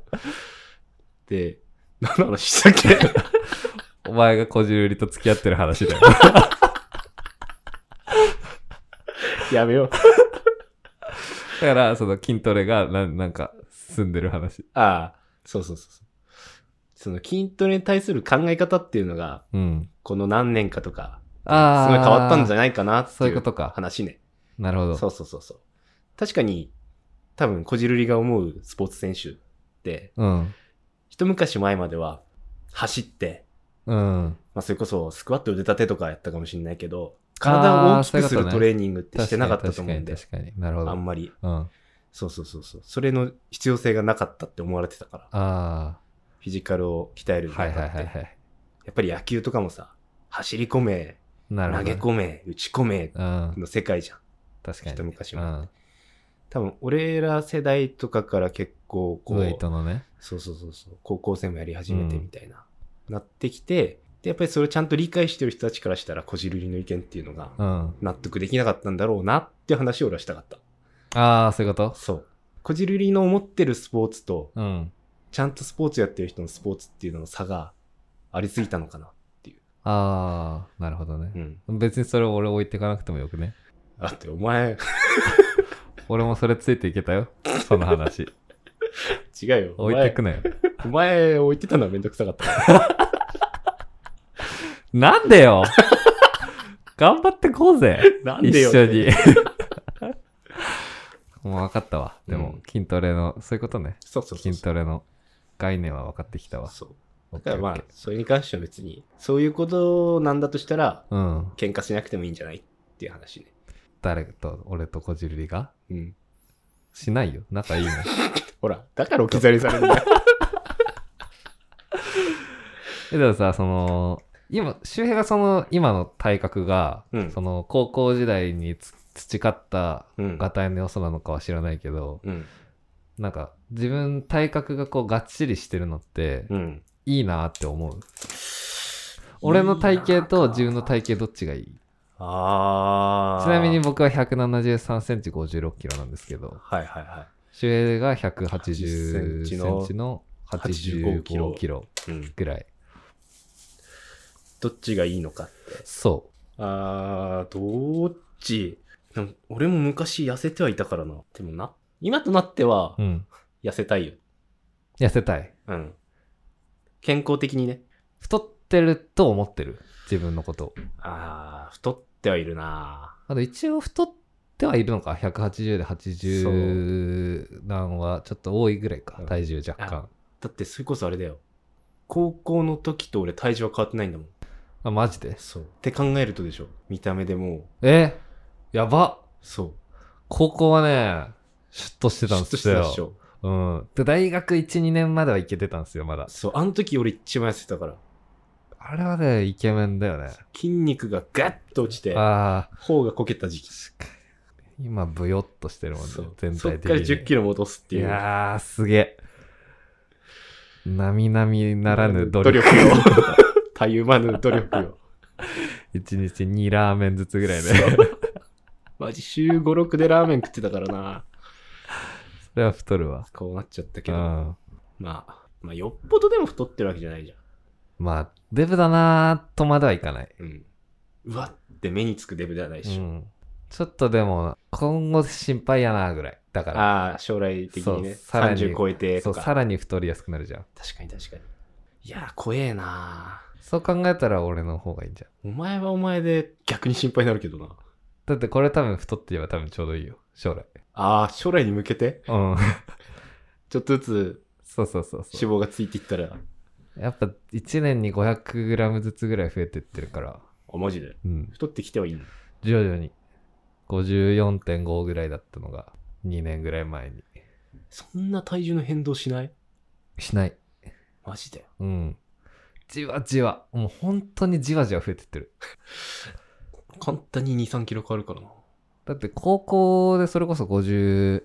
Speaker 1: で、何の話したっけ
Speaker 2: お前がこじるりと付き合ってる
Speaker 1: *laughs*
Speaker 2: 話だよ。
Speaker 1: やめよう。
Speaker 2: だから、その筋トレがなんなんか進んでる話。
Speaker 1: ああ、そうそうそうそう。その筋トレに対する考え方っていうのが、
Speaker 2: うん。
Speaker 1: この何年かとか、
Speaker 2: あ
Speaker 1: すごい変わったんじゃ
Speaker 2: ゃ
Speaker 1: ないかなっていう
Speaker 2: そういうことか。
Speaker 1: 話ね。
Speaker 2: なるほど。
Speaker 1: そうそうそうそう。確かに、多分、こじるりが思うスポーツ選手って、
Speaker 2: うん。
Speaker 1: 一昔前までは、走って、
Speaker 2: うん。
Speaker 1: まあ、それこそ、スクワット腕立てとかやったかもしれないけど、体を大きくす
Speaker 2: そうい
Speaker 1: る
Speaker 2: うことね
Speaker 1: トレーニングってしてなかったと思うんで、
Speaker 2: 確かに確かに。確かになるほ
Speaker 1: あん
Speaker 2: ど。
Speaker 1: まり。
Speaker 2: うん。あ
Speaker 1: そうそうそうそう。それの必要性がなかったって思われてたから、
Speaker 2: あ
Speaker 1: フィジカルを鍛える
Speaker 2: ー。
Speaker 1: にあ
Speaker 2: は
Speaker 1: た
Speaker 2: い
Speaker 1: って
Speaker 2: はいはいはい。
Speaker 1: やっぱり野球とかもさ、走り込め、
Speaker 2: なる
Speaker 1: 投
Speaker 2: ほど。
Speaker 1: げ込め、打ち込め
Speaker 2: うん。
Speaker 1: の世界じゃん。
Speaker 2: 確かに。
Speaker 1: 一昔
Speaker 2: う
Speaker 1: 前。
Speaker 2: ん。
Speaker 1: 多分、俺ら世代とかから結構、こ
Speaker 2: ウエイ
Speaker 1: う、
Speaker 2: トのね。
Speaker 1: そうそうそうそう、高校生もやり始めてみたいな、なってきて、で、やっぱりそれをちゃんと理解してる人たちからしたら、こじるりの意見っていうのが、
Speaker 2: うん。
Speaker 1: 納得できなかったんだろうなっていう話を俺はしたかった。
Speaker 2: ああ、そういうこと
Speaker 1: そう。こじるりの思ってるスポーツと、
Speaker 2: うん。
Speaker 1: ちゃんとスポーツやってる人のスポーツっていうのの差がありすぎたのかな。
Speaker 2: ああ、なるほどね
Speaker 1: う。ん。
Speaker 2: 別にそれを俺置いてかなくてもよくね。
Speaker 1: だって、お前、
Speaker 2: 俺もそれついてい
Speaker 1: *laughs*
Speaker 2: けたよ。その話。
Speaker 1: 違うよ。お
Speaker 2: 置いて
Speaker 1: 前
Speaker 2: くなよ。
Speaker 1: お前置いてたのはめんどくさかったから。
Speaker 2: なん
Speaker 1: *laughs*
Speaker 2: でよ頑張ってこうぜ。
Speaker 1: *laughs* なんで
Speaker 2: 一
Speaker 1: よ。
Speaker 2: 緒
Speaker 1: *laughs*
Speaker 2: に。。もう分かったわ。で
Speaker 1: う
Speaker 2: も
Speaker 1: ん、
Speaker 2: 筋トレの、そういうことね。
Speaker 1: そうそうそう
Speaker 2: 筋
Speaker 1: そう。
Speaker 2: トレの概念は分かってきたわ。
Speaker 1: そう。
Speaker 2: オッケ
Speaker 1: だから
Speaker 2: ー
Speaker 1: ま
Speaker 2: オッ
Speaker 1: あ
Speaker 2: ケ、
Speaker 1: それに関しては別に、そういうことなんだとしたら、
Speaker 2: ーうん。
Speaker 1: 喧嘩しなくてもいいんじゃないっていう話ね。
Speaker 2: 誰と、俺とこじるりが
Speaker 1: うん。
Speaker 2: しないよ。仲いいの。
Speaker 1: ほら、だから置き去りされるんだよ。
Speaker 2: *laughs* えでもさ、その、今、周平がその、今の体格が、
Speaker 1: *laughs* うん
Speaker 2: その、高校時代につ培った、
Speaker 1: うん
Speaker 2: がたいの良さなのかは知らないけど、
Speaker 1: うん。
Speaker 2: なんか、自分体格がこう、がっちりしてるのって、
Speaker 1: うん。
Speaker 2: いいなって思う。俺の体型と自分の体型どっちがいい
Speaker 1: あー。
Speaker 2: ちなみに、僕は173センチ56キロなんですけど、
Speaker 1: はいはいは
Speaker 2: 周平が180
Speaker 1: 80
Speaker 2: セ
Speaker 1: センチ
Speaker 2: ン
Speaker 1: の
Speaker 2: チの85キロ
Speaker 1: い。うん。
Speaker 2: ぐらい。
Speaker 1: どっちがいいのかって。
Speaker 2: そ
Speaker 1: あー、どっちでも俺も昔痩せてはいたからな。でもな、今となっては
Speaker 2: う。うん。
Speaker 1: 痩せたいよ。
Speaker 2: 痩せたい。
Speaker 1: うん。健康的にね。
Speaker 2: 太ってると思ってる自分のこと
Speaker 1: あー、太ってはいるな
Speaker 2: あと一応太ってはいるのか180で80何はちょっと多いぐらいか
Speaker 1: うん
Speaker 2: 体重若
Speaker 1: あ
Speaker 2: 干
Speaker 1: だってそれこそあれだよ。高校の時と俺体重は変わってないんだもん。
Speaker 2: あマジで
Speaker 1: そう。って考えるとでしょ。見た目でもう、
Speaker 2: えやば
Speaker 1: そう。
Speaker 2: 高校はねシュッとしてたんです
Speaker 1: 嫉妬してたでし
Speaker 2: よ、
Speaker 1: ょ。
Speaker 2: うん、で大学12年まではいけてたんですよまだ
Speaker 1: そう。あの時俺一番痩せてたから。
Speaker 2: あれはねイケメンだよね
Speaker 1: 筋肉がガッと落ちて、
Speaker 2: ああ
Speaker 1: 頬がこけた時期。
Speaker 2: 今ブヨっとしてるもんね
Speaker 1: そう
Speaker 2: 全
Speaker 1: そ
Speaker 2: 体
Speaker 1: っ
Speaker 2: 的
Speaker 1: から
Speaker 2: に
Speaker 1: 10キロ戻すって
Speaker 2: い
Speaker 1: いう。
Speaker 2: やーすげえ並々ならぬ努力
Speaker 1: を。たゆまぬ努力を。
Speaker 2: 一日2ラーメンずつ *laughs* ぐらいで、
Speaker 1: マジ週5、6でラーメン食ってたからな。
Speaker 2: それは太るわ。
Speaker 1: こうなっちゃった
Speaker 2: う
Speaker 1: けど。
Speaker 2: ん。
Speaker 1: まあ、まあ、よっぽどでも太ってるわけじゃないじゃん。
Speaker 2: まあ、デブだなーとまではいかない。
Speaker 1: うん。うわって目につくデブではないでしょ。
Speaker 2: うんちょっとでも、今後心配やな、ぐらい。だから。
Speaker 1: ああ、将来的にね、
Speaker 2: そうさらに
Speaker 1: 30超えてと
Speaker 2: そう、
Speaker 1: か。
Speaker 2: さらに太りやすくなるじゃん。
Speaker 1: 確かに確かに。いやー、怖えな
Speaker 2: そう考えたら俺の方がいいんじゃん。
Speaker 1: お前はお前で逆に心配になるけどな。
Speaker 2: だってこれ多分太って言えば多分ちょうどいいよ。将来。
Speaker 1: ああ、将来に向けて、
Speaker 2: うん。 *laughs*
Speaker 1: ちょっとず
Speaker 2: そうそうそう
Speaker 1: つ
Speaker 2: そ
Speaker 1: 脂肪がついていったら、
Speaker 2: う。やっぱ1年に 500g ずつぐらい増えてってるから。
Speaker 1: あ、マジで。
Speaker 2: うん。
Speaker 1: 太ってきてはいいの。
Speaker 2: 徐々に。54.5ぐらいだったのが、2年ぐらい前に。
Speaker 1: そんな体重の変動しない
Speaker 2: しない。
Speaker 1: マジで。
Speaker 2: うん。じわじわ。もう本当にじわじわ増えてってる。
Speaker 1: 簡単に2、3キロ変わるからな。
Speaker 2: だって高校でそれこそ52、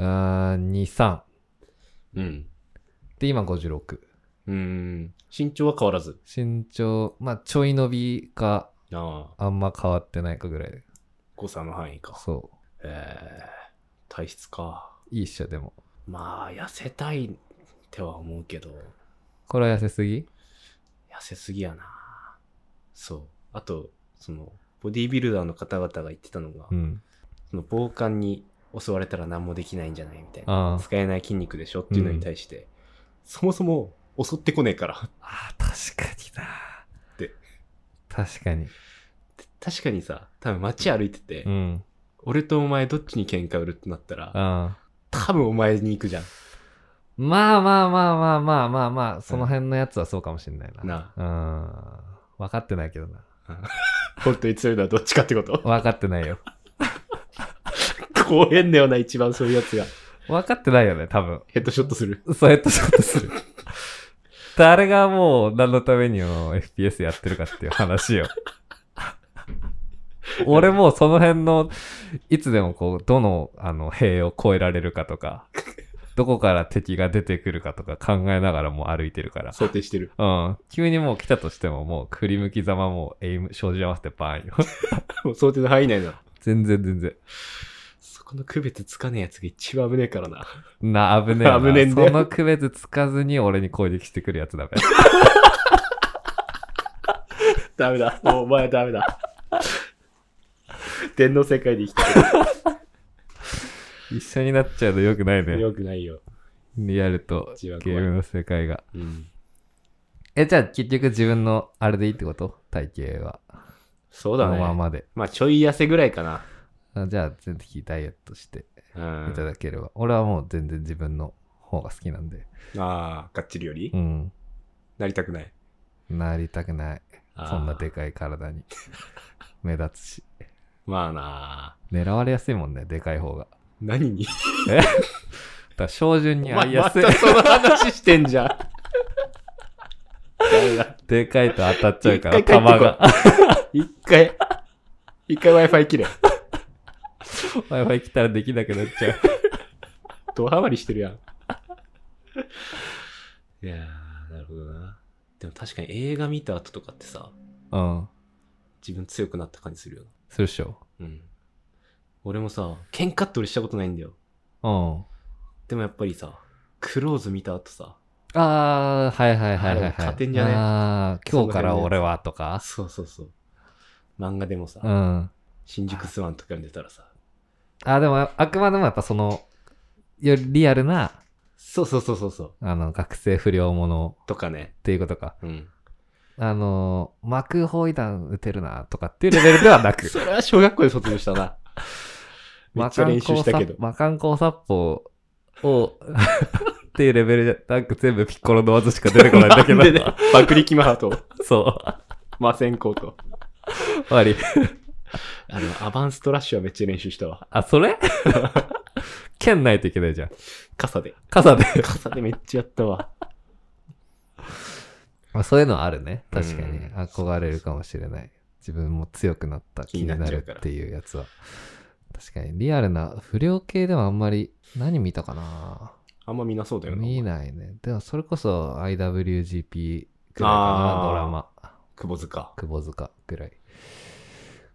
Speaker 2: 3
Speaker 1: うん。
Speaker 2: で今56
Speaker 1: うーん。身長は変わらず。
Speaker 2: 身長まあちょい伸びか
Speaker 1: ああ、
Speaker 2: あんま変わってないかぐらい
Speaker 1: 誤差の範囲か。
Speaker 2: そ
Speaker 1: えー、体質か。
Speaker 2: ういいっしょでも
Speaker 1: まあ、痩せたいっては思うけど、
Speaker 2: これは痩せすぎ
Speaker 1: 痩せすぎやな。そう。あと、その、ボディービルダーの方々が言ってたのが、
Speaker 2: うん
Speaker 1: その防寒に襲われたら何もできないんじゃないみたいな。
Speaker 2: あー
Speaker 1: 使えない筋肉でしょっていうのに対して、そもそも襲ってこねえから。
Speaker 2: あー確かにな
Speaker 1: で
Speaker 2: 確かに
Speaker 1: 確かにさ、多分街歩いてて、
Speaker 2: うん
Speaker 1: 俺とお前どっちに喧嘩売るってなったら、
Speaker 2: あー
Speaker 1: 多分お前に行くじゃん。
Speaker 2: まあまあまあまあまあまあまあその辺のやつはそうかもしんないな、
Speaker 1: な
Speaker 2: うん分かってないけどな
Speaker 1: 本当に強いのはどっちかってこと。 *laughs*
Speaker 2: 分かってないよ
Speaker 1: 怖えんだよな、一番そういうやつが。
Speaker 2: 分かってないよね多分
Speaker 1: ヘッドショットする。
Speaker 2: そうやってショットする。誰がもう何のためにも FPS やってるかっていう話よ。俺もうその辺の、いつでもこう、どのあの塀を越えられるかとか、どこから敵が出てくるかとか考えながらもう歩いてるから。
Speaker 1: 想定して
Speaker 2: *laughs*
Speaker 1: る。
Speaker 2: うん。急にもう来たとしてももう振り向きざまもうエイム、生じ合わせてバーンよ。
Speaker 1: もう想定の範囲内だ。
Speaker 2: 全然全然。
Speaker 1: そこの区別つかねえやつが一番危ねえから
Speaker 2: *laughs*
Speaker 1: な。
Speaker 2: な、危ねえな。
Speaker 1: 危ねえんだよ
Speaker 2: その区別つかずに俺に攻撃してくるやつ
Speaker 1: *laughs*
Speaker 2: だべ。
Speaker 1: ダメだ。もうお前はダメ *laughs* だ。天の世界で生きて
Speaker 2: 一緒になっちゃうと良くないね
Speaker 1: る。。よくないよ。
Speaker 2: リアルと
Speaker 1: 一
Speaker 2: ゲ
Speaker 1: 番怖い
Speaker 2: ームの世界が。
Speaker 1: うん。
Speaker 2: え、じゃあ結局自分のあれでいいってこと体型は。
Speaker 1: そう
Speaker 2: そ
Speaker 1: だね。
Speaker 2: のままで。
Speaker 1: まあ、ちょい痩せぐらいかな。
Speaker 2: あじゃあ全然ダイエットして
Speaker 1: う
Speaker 2: いた
Speaker 1: ん。
Speaker 2: だければ。俺はもう全然自分の方が好きなんで。
Speaker 1: ああ、がっちりより、
Speaker 2: うん。
Speaker 1: なりたくない。
Speaker 2: なりたくない。
Speaker 1: あー
Speaker 2: そんなでかい体に。 *laughs* 目立つし。
Speaker 1: まあな
Speaker 2: 狙われやすいもんね、でかい方が。
Speaker 1: 何に
Speaker 2: えだから、照準に合いやすい。
Speaker 1: その話してんじ
Speaker 2: *laughs*
Speaker 1: ゃん。ダメだ。
Speaker 2: でかいと当たっちゃうから、
Speaker 1: 一回帰ってこい
Speaker 2: 弾が。 *laughs*
Speaker 1: 一回、一回 Wi-Fi 切れ。
Speaker 2: Wi-Fi 来たらできなくなっちゃう。
Speaker 1: ドハマりしてるや *laughs* ん。いやー、なるほどな。でも確かに映画見た後とかってさ、
Speaker 2: うん。
Speaker 1: 自分強くなった感じするよ
Speaker 2: するっしょ。
Speaker 1: な。うん。俺もさ、喧嘩って俺したことないんだよ。
Speaker 2: うん。
Speaker 1: でもやっぱりさ、クローズ見た後さ、
Speaker 2: ああ、はいはいは
Speaker 1: あ
Speaker 2: いはい、はい。
Speaker 1: れ勝てんじゃね
Speaker 2: ああ、今日から俺はと
Speaker 1: あ、
Speaker 2: か。
Speaker 1: そうそうそう。漫画でもさ、
Speaker 2: うん。あ
Speaker 1: 新宿スワンとか読んでたらさ、
Speaker 2: あ、でもあくまでもやっぱその、よりリアルな、
Speaker 1: そうそうそうそうそう。
Speaker 2: あの、学生不良もの
Speaker 1: とかね。
Speaker 2: っていうことか。
Speaker 1: うん。
Speaker 2: あの、幕砲弾撃てるなとかっていうレベルではなく
Speaker 1: そ、れは小学校で卒業したな。 *laughs* めっ
Speaker 2: 魔
Speaker 1: ちゃ
Speaker 2: 漢
Speaker 1: 練習
Speaker 2: 光
Speaker 1: したけ
Speaker 2: 殺
Speaker 1: ど。
Speaker 2: 魔漢光殺法
Speaker 1: *laughs*
Speaker 2: を、っていうレベルじゃなく全部ピッコロの技しか
Speaker 1: *laughs*
Speaker 2: 出てこないんだけど、
Speaker 1: なんでね、爆力マハと、
Speaker 2: そう。
Speaker 1: 魔線コート。
Speaker 2: 終わり。
Speaker 1: あの、アバンストラッシュはめっちゃ練習したわ。
Speaker 2: あ、そ
Speaker 1: *laughs*
Speaker 2: れ *laughs* 剣ないといけないじゃん。
Speaker 1: 傘で。
Speaker 2: 傘で。
Speaker 1: 傘でめっちゃやったわ。
Speaker 2: まあ、そういうのはあるね。確かに
Speaker 1: うん。
Speaker 2: 憧れるかもしれない。自分も強くなった気
Speaker 1: 気
Speaker 2: に
Speaker 1: にな
Speaker 2: な
Speaker 1: っちゃう
Speaker 2: る
Speaker 1: から
Speaker 2: っていうやつは。確かに。リアルな、不良系ではあんまり、何見たかな
Speaker 1: あんま見なそうだよな。
Speaker 2: 見ないね。でもそれこそ IWGP くらいか
Speaker 1: あー
Speaker 2: な、ドラマ。
Speaker 1: 窪塚、
Speaker 2: 窪塚ぐらい。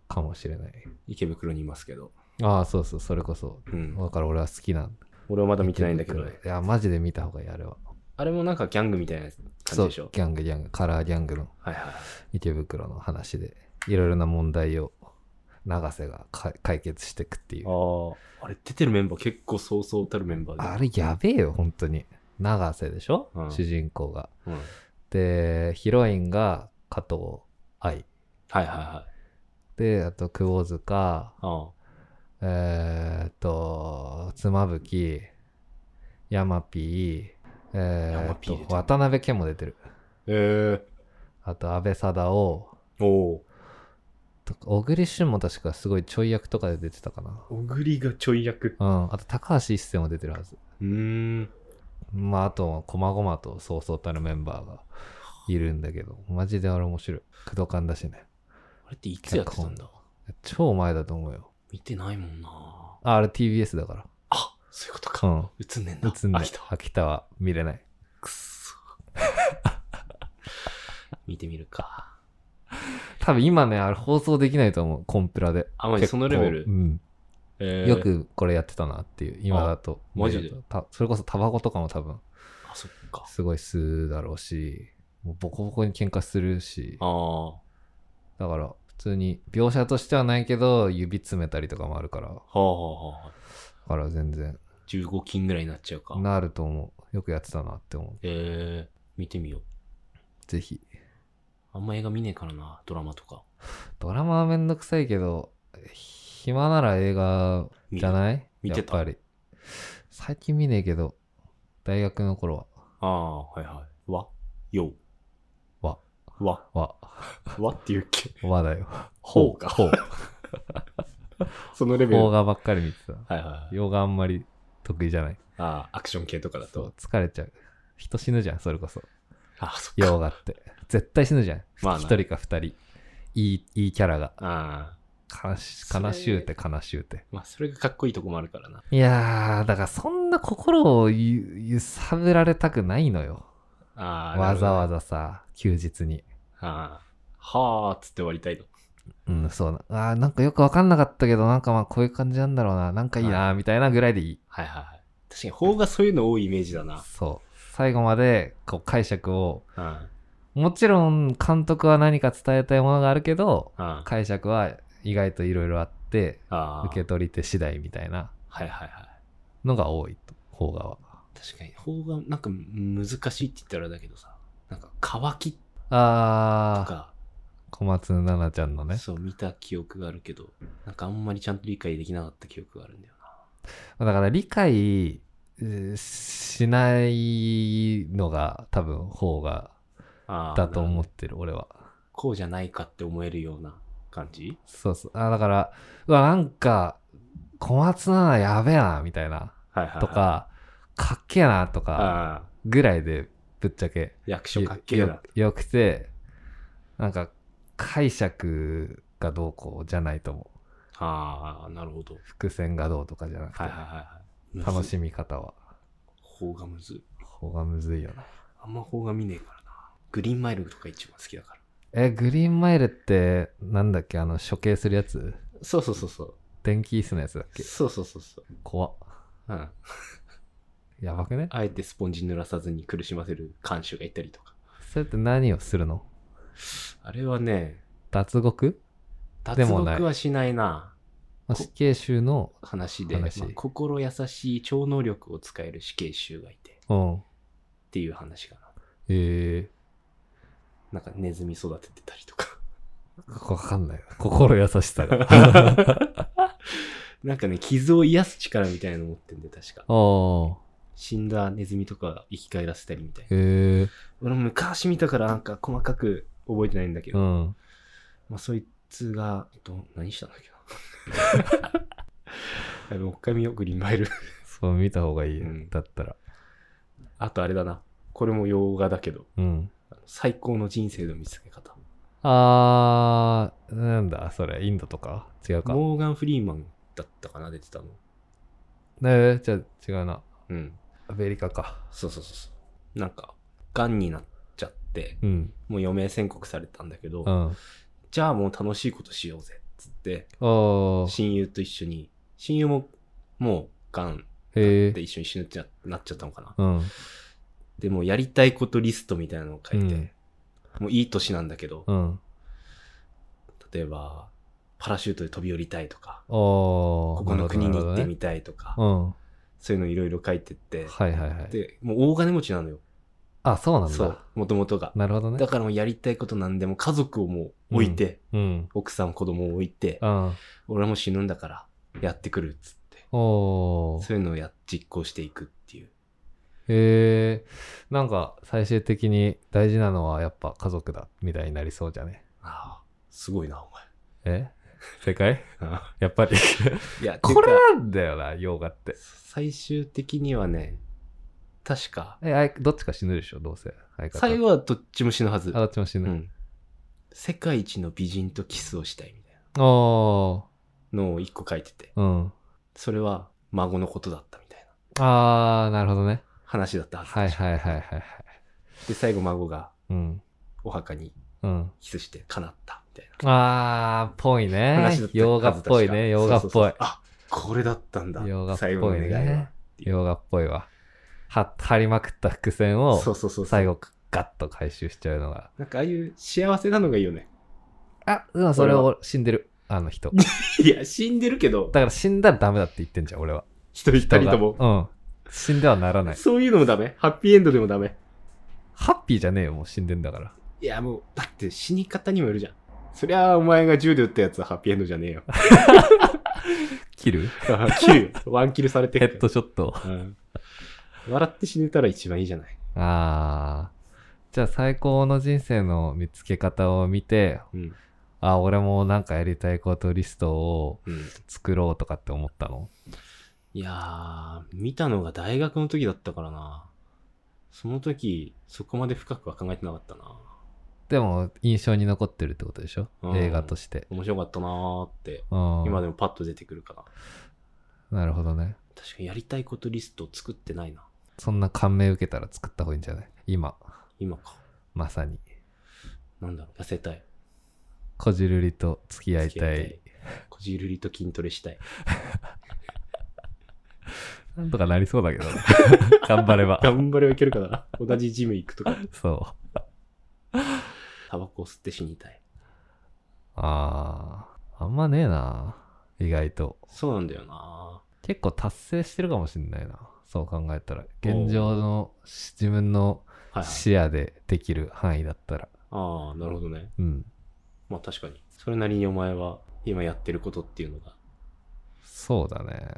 Speaker 2: かもしれない。
Speaker 1: 池袋にいますけど。
Speaker 2: ああ、そうそう、それこそ。
Speaker 1: うん。
Speaker 2: だから俺は好きなん
Speaker 1: 俺はまだ見てないんだけど
Speaker 2: いや、マジで見た方がいい、あれは。
Speaker 1: あれもなんかギャングみたいな感じ
Speaker 2: そう、
Speaker 1: で
Speaker 2: ギ
Speaker 1: しょ
Speaker 2: ャングギャング、カラーギャングの
Speaker 1: はいはい。
Speaker 2: 池袋の話で、いろいろな問題を永瀬がか解決していくっていう。
Speaker 1: ああ、あれ出てるメンバー結構そうそうたるメンバーで。
Speaker 2: あれやべえよ、本当に。永瀬でしょ、
Speaker 1: うん
Speaker 2: 主人公が。
Speaker 1: うん、はい
Speaker 2: で、ヒロインが加藤愛。
Speaker 1: はいはい。
Speaker 2: で、あと、久保塚、
Speaker 1: あ
Speaker 2: えーっと、妻夫木、ヤマピー、えー
Speaker 1: 山
Speaker 2: っ
Speaker 1: P 出てる
Speaker 2: と、渡辺家も出てる。
Speaker 1: ええ
Speaker 2: あと、安倍貞夫、
Speaker 1: おお。
Speaker 2: と小栗旬も確かすごいちょい役とかで出てたかな。
Speaker 1: 小栗がちょい役。
Speaker 2: うん、あと、高橋一生も出てるはず。
Speaker 1: うーん。
Speaker 2: まあ、あと、こまごまとそうそうたるメンバーがいるんだけど、マジであれ面白い。駆動感だしね。
Speaker 1: あれっていつやってたんだ
Speaker 2: 超前だと思うよ。
Speaker 1: 見てないもんな。
Speaker 2: ああれ TBS だか
Speaker 1: あそういうことか。
Speaker 2: ら。うん。
Speaker 1: 映んねんだ。
Speaker 2: 映んない。
Speaker 1: 飽きた
Speaker 2: 秋田は見れない。
Speaker 1: くっそ。見てみるか。
Speaker 2: 多分今ね、あれ放送できないと思う。コンプラで。
Speaker 1: あ、マジ
Speaker 2: 結
Speaker 1: そ
Speaker 2: 構
Speaker 1: のレベル
Speaker 2: う。ん。
Speaker 1: えー
Speaker 2: よ。くこれやってたなっていう、今だと。
Speaker 1: あマジで
Speaker 2: たそれこそタバコとかも多分、
Speaker 1: あ、そっか。
Speaker 2: すごい吸うだろうし、もうボコボコに喧嘩するし、
Speaker 1: ああ。
Speaker 2: だから、普通に、描写としてはないけど、指詰めたりとかもあるから、だ
Speaker 1: はあはあはあ。
Speaker 2: から全然、
Speaker 1: 15金ぐらいになっちゃうか。
Speaker 2: なると思う。よくやってたなって思う。
Speaker 1: ええ見てみよう。
Speaker 2: ぜひ。
Speaker 1: あんま映画見ねえからな、ドラマとか。
Speaker 2: ドラマはめんどくさいけど、暇なら映画
Speaker 1: 見る
Speaker 2: じゃない
Speaker 1: 見てた
Speaker 2: やっぱり。最近見ねえけど、大学の頃
Speaker 1: ああ、はいはい。わ、よう。
Speaker 2: わ、
Speaker 1: わ、
Speaker 2: は、わ、
Speaker 1: わって言うっ
Speaker 2: *laughs*
Speaker 1: け。
Speaker 2: わだよ。
Speaker 1: ほうか。
Speaker 2: ほう。
Speaker 1: *laughs* そのレベル。
Speaker 2: 邦
Speaker 1: はい
Speaker 2: 画ばっかり見てた。
Speaker 1: はいはい。
Speaker 2: 洋画あんまり得意じゃない。
Speaker 1: ああ、アクション系とかだ
Speaker 2: そ
Speaker 1: と
Speaker 2: う。、疲れちゃう。人死ぬじゃん、それこそ。
Speaker 1: ああ、そっか。
Speaker 2: 洋画
Speaker 1: *laughs*
Speaker 2: って。絶対死ぬじゃん。一、
Speaker 1: まあな
Speaker 2: 人か二人。いい、いいキャラが。
Speaker 1: ああ。
Speaker 2: 悲し、
Speaker 1: それ
Speaker 2: 悲しゅうて悲しゅうて。
Speaker 1: まあ、それがかっこいいとこもあるからな。
Speaker 2: いやー、だからそんな心をゆ揺さぶられたくないのよ。
Speaker 1: ああ、
Speaker 2: わざわ
Speaker 1: ざ。
Speaker 2: ざさ、休日に。
Speaker 1: ああ。はあ、つって終わりたいと。
Speaker 2: うん、そうな。あーなんかよくわかんなかったけど、なんかまあこういう感じなんだろうな。なんかいいな、みたいなぐらいでいい。
Speaker 1: はいはいはい。確かに、邦画そういうの多いイメージだな。
Speaker 2: そう。最後まで、こう解釈を、
Speaker 1: うん。うん。
Speaker 2: もちろん監督は何か伝えたいものがあるけど、
Speaker 1: あ
Speaker 2: 解釈は意外といろいろあって、
Speaker 1: あ。
Speaker 2: 受け取り手次第みたいな
Speaker 1: はいはいはい。
Speaker 2: のが多いと、邦画は。
Speaker 1: 確かに、邦画、なんか難しいって言ったらあれだけどさ、なんか、乾きと
Speaker 2: あー、
Speaker 1: か、
Speaker 2: 小松菜奈ちゃんのね。
Speaker 1: そう見た記憶があるけどなんかあんまりちゃんと理解できなかった記憶があるんだよな
Speaker 2: だから理解えーしないのが多分邦画
Speaker 1: あー
Speaker 2: だと思
Speaker 1: な
Speaker 2: っ
Speaker 1: る
Speaker 2: てる、俺は。
Speaker 1: ほどこうじゃないかって思えるような感じ
Speaker 2: そうそう。あ、だから、うわ、なんか、小松菜奈やべえな、みたいな、
Speaker 1: はいはいはい
Speaker 2: とか、かっけえな、とか、
Speaker 1: ああ
Speaker 2: ぐらいで、ぶっちゃけ、
Speaker 1: 役所かっけえな
Speaker 2: よよくて、なんか、解釈がどうこうじゃないと思う。
Speaker 1: ああなるほど
Speaker 2: 伏線がどうとかじゃなくて、
Speaker 1: はいはいはいはい
Speaker 2: 楽
Speaker 1: い
Speaker 2: しみ方は、
Speaker 1: 方がむずい
Speaker 2: 方がむずいよな。
Speaker 1: あんま方が見ねえからなグリーンマイルとか一番好きだから
Speaker 2: え、グリーンマイルって、なんだっけ、あの、処刑するやつ
Speaker 1: そうそうそうそう
Speaker 2: 電気椅子のやつだっけ
Speaker 1: そうそうそうそう
Speaker 2: 怖っ。
Speaker 1: うん
Speaker 2: やばくね
Speaker 1: あえてスポンジ濡らさずに苦しませる看守がいたりとか
Speaker 2: それって何をするの
Speaker 1: あれはね
Speaker 2: 脱獄
Speaker 1: 脱
Speaker 2: でもない
Speaker 1: 獄はしないな
Speaker 2: まあ死刑囚の、
Speaker 1: 話で、
Speaker 2: 話
Speaker 1: まあ心優しい超能力を使える死刑囚がいてっ
Speaker 2: うん。
Speaker 1: ていう話かな。
Speaker 2: え
Speaker 1: なんかネズミ育ててたりと
Speaker 2: *laughs*
Speaker 1: か。
Speaker 2: ー、わかんない。心優し
Speaker 1: *laughs*
Speaker 2: さが。あ
Speaker 1: なんかね、傷を癒す力みたいなの持ってんで、確か。
Speaker 2: あ、
Speaker 1: 死んだネズミとか生き返らせたりみたいな。
Speaker 2: え
Speaker 1: 俺も昔見たからなんか細かく覚えてないんだけ
Speaker 2: ー、
Speaker 1: ど、
Speaker 2: うん。
Speaker 1: まあそいつが、えっと、何したんだっけ *laughs* な。あのもう一回見よう、グリーンマイル。
Speaker 2: そう見た方がいいよ。
Speaker 1: うん
Speaker 2: だったら。
Speaker 1: あとあれだな。これも洋画だけど、
Speaker 2: うん。
Speaker 1: あの最高の人生の見つけ方。
Speaker 2: あー、なんだ、それ、インドとか違うか。
Speaker 1: モーガン・フリーマンだったかな、出てたの。
Speaker 2: えー、じゃあ違うな。
Speaker 1: うん。
Speaker 2: アメリカか。
Speaker 1: そうそうそうそうなんかがんになっちゃって
Speaker 2: うん。
Speaker 1: もう余命宣告されたんだけど、
Speaker 2: うん。
Speaker 1: じゃあもう楽しいことしようぜっつって
Speaker 2: おー、
Speaker 1: 親友と一緒に親友ももうがん
Speaker 2: へ
Speaker 1: で一緒に死ぬってななっちゃったのかな、
Speaker 2: ー。うん。
Speaker 1: でもうやりたいことリストみたいなのを書いて、
Speaker 2: うん
Speaker 1: もういい年なんだけど、
Speaker 2: うん。
Speaker 1: 例えば、パラシュートで飛び降りたいとか、
Speaker 2: おー。
Speaker 1: ここの国に行ってみ
Speaker 2: て。
Speaker 1: たいとか、
Speaker 2: うん。は
Speaker 1: そういうのいろいろ書いてって、
Speaker 2: いはいはい。
Speaker 1: で、もう大金持ちなのよ。
Speaker 2: あ、そうなん
Speaker 1: そう
Speaker 2: だ。、
Speaker 1: もともとが。
Speaker 2: なるほどね
Speaker 1: だ。からもうやりたいことなんでも家族をもう置いて、
Speaker 2: うん。
Speaker 1: 奥さん子供を置いて、
Speaker 2: うん。
Speaker 1: 俺はもう死ぬんだからやってくるっつって、
Speaker 2: おー。
Speaker 1: そういうのをや実行していくっていう。
Speaker 2: へえー。なんか、最終的に大事なのはやっぱ家族だ、みたいになりそうじゃね。
Speaker 1: ああ、すごいな、お
Speaker 2: え正解
Speaker 1: 前。
Speaker 2: *laughs* やっぱり。
Speaker 1: いや、
Speaker 2: こ
Speaker 1: て
Speaker 2: れ
Speaker 1: か
Speaker 2: なんだよな、ヨガって。
Speaker 1: 最終的にはね、確か、
Speaker 2: え、あいどっちか死ぬでしょ、どうせ。相方。
Speaker 1: 最後はどっちも死ぬはず。
Speaker 2: あ、どっちも死
Speaker 1: う
Speaker 2: ぬ。
Speaker 1: ん。世界一の美人とキスをしたいみたい
Speaker 2: おー。
Speaker 1: なのを一個書いてて、
Speaker 2: うん。
Speaker 1: それは孫のことだったみたいな
Speaker 2: あー、なるほどね。
Speaker 1: 話だったはず。
Speaker 2: はいはいはいはいはい。
Speaker 1: で、最後孫が
Speaker 2: うん。
Speaker 1: お墓に
Speaker 2: うん。
Speaker 1: キスして叶ったみたいな。
Speaker 2: あー、ぽいね
Speaker 1: 話だっ。た
Speaker 2: 洋画っぽいね。洋画っぽい。
Speaker 1: あこれだったんだ
Speaker 2: 洋画っぽい
Speaker 1: 最
Speaker 2: ね
Speaker 1: 後の願いは
Speaker 2: 洋画っぽいわ。は、張りまくった伏線を
Speaker 1: そうそうそう
Speaker 2: 最後ガッと回収しちゃうのが。
Speaker 1: なんかああいう幸せなのがいいよね
Speaker 2: あ、でもそれを死んでる。あの人。
Speaker 1: いや死んでるけど
Speaker 2: だから死んだらダメだって言ってんじゃん、俺は。
Speaker 1: 一人二人とも、
Speaker 2: も。うん。死んではならない。
Speaker 1: そういうのもダメハッピーエンドでもダメ
Speaker 2: ハッピーじゃねえよ、もう死んでんだから。
Speaker 1: いやもうだって死に方にもよるじゃんそりゃあお前が銃で撃ったやつはハッピーエンドじゃねえ
Speaker 2: *laughs*
Speaker 1: よ
Speaker 2: 切る
Speaker 1: キルワンキルされて
Speaker 2: ヘ
Speaker 1: る
Speaker 2: ッドショット。
Speaker 1: うん笑って死ねたら一番いいじゃない
Speaker 2: あー。じゃあ最高の人生の見つけ方を見て、
Speaker 1: うん
Speaker 2: あ、俺もなんかやりたいことリストを
Speaker 1: うん
Speaker 2: 作ろうとかって思ったの
Speaker 1: いやー、見たのが大学の時だったからな。その時、そこまで深くは考えてなかったな。
Speaker 2: でも印象に残ってるってことでしょ、
Speaker 1: うん
Speaker 2: 映画として。
Speaker 1: 面白かったなーって、
Speaker 2: うん、
Speaker 1: 今でもパッと出てくるかな。
Speaker 2: なるほどね。
Speaker 1: 確かにやりたいことリストを作ってないな。
Speaker 2: そんな感銘受けたら作った方がいいんじゃない今、
Speaker 1: 今か。
Speaker 2: まさに。
Speaker 1: なんだろう、痩せたい。
Speaker 2: こじるりと付き合いたい。
Speaker 1: 付き合いたいこじるりと筋トレしたい。
Speaker 2: なんとかなりそうだ *laughs* けどね頑張れば。
Speaker 1: *laughs* 頑張ればいけるかな。 *laughs* 同じジム行くとか。
Speaker 2: そう。
Speaker 1: タバコを吸って死にたい。
Speaker 2: あー、あんまねえな。意外と。
Speaker 1: そうなんだよな。
Speaker 2: 結構達成してるかもしんないな。そう考えたら。現状のし自分の
Speaker 1: はい、はい。
Speaker 2: 視野でできる範囲だったら。
Speaker 1: ああ、なるほどね。
Speaker 2: うん。
Speaker 1: まあ確かに。それなりにお前は今やってることっていうのが、
Speaker 2: そうだね。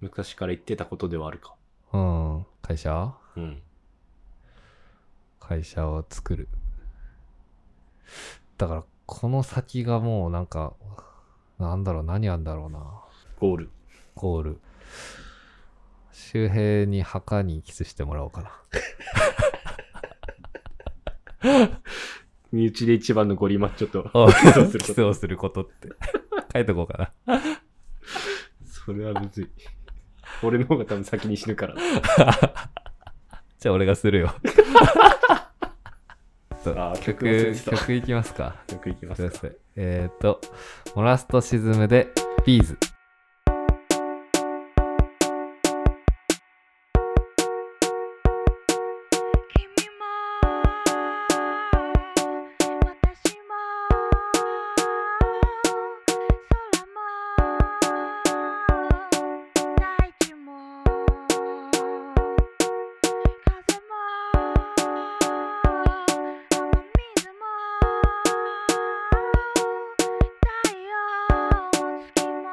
Speaker 1: 昔から言ってたことではあるか。
Speaker 2: うん。会社
Speaker 1: うん。
Speaker 2: 会社を作る。だから、この先がもうなんか、なんだろう、何あんだろうな。
Speaker 1: ゴール。
Speaker 2: ゴール。周平に墓にキスしてもらおうかな。
Speaker 1: 身内で一番のゴリマッチョと。スをす
Speaker 2: キ
Speaker 1: ること
Speaker 2: スをすることって。 *laughs* 書いとこうかな。
Speaker 1: それはむずい。俺の方が多分先に死ぬから。
Speaker 2: じゃあ俺がするよ。
Speaker 1: あー曲 *laughs*
Speaker 2: 曲、
Speaker 1: 忘れて
Speaker 2: 曲いきますか。
Speaker 1: た。曲いきますす
Speaker 2: い
Speaker 1: か
Speaker 2: ま。せんえっ、ー、と、モラストシズムで、ビーズ。
Speaker 4: 君も私も空も大地も風も雨水も太陽も月も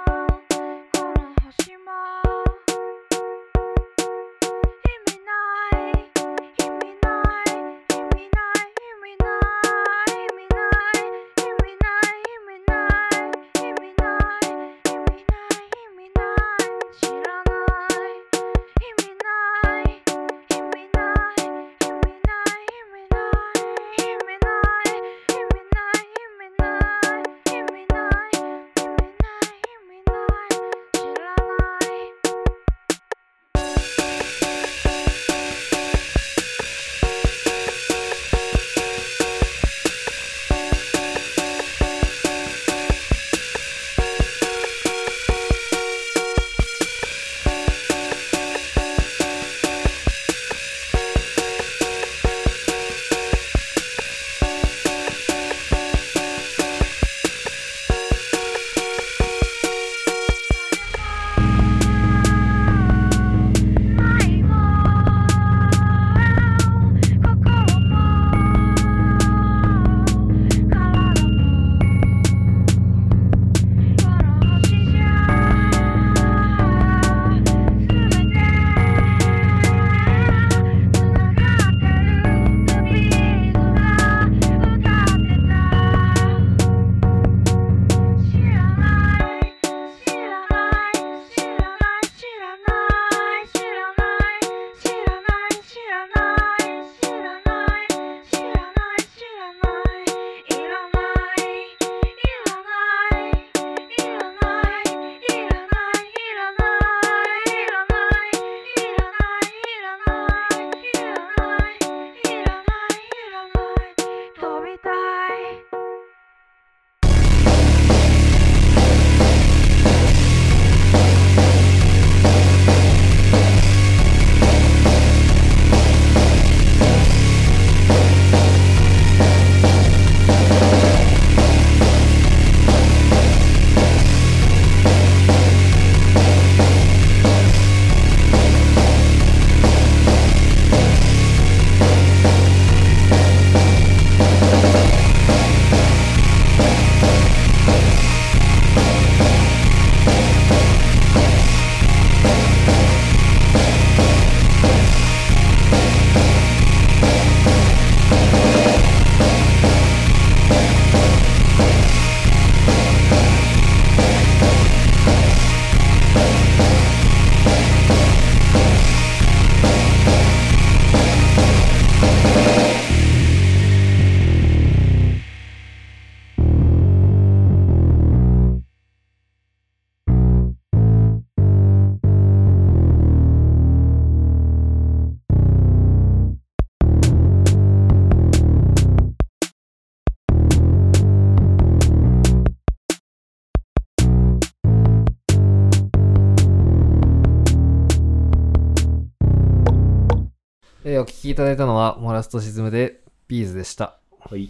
Speaker 2: えーお聞きいただいたのは、モラスと沈むで、ビーズでした。
Speaker 1: はい。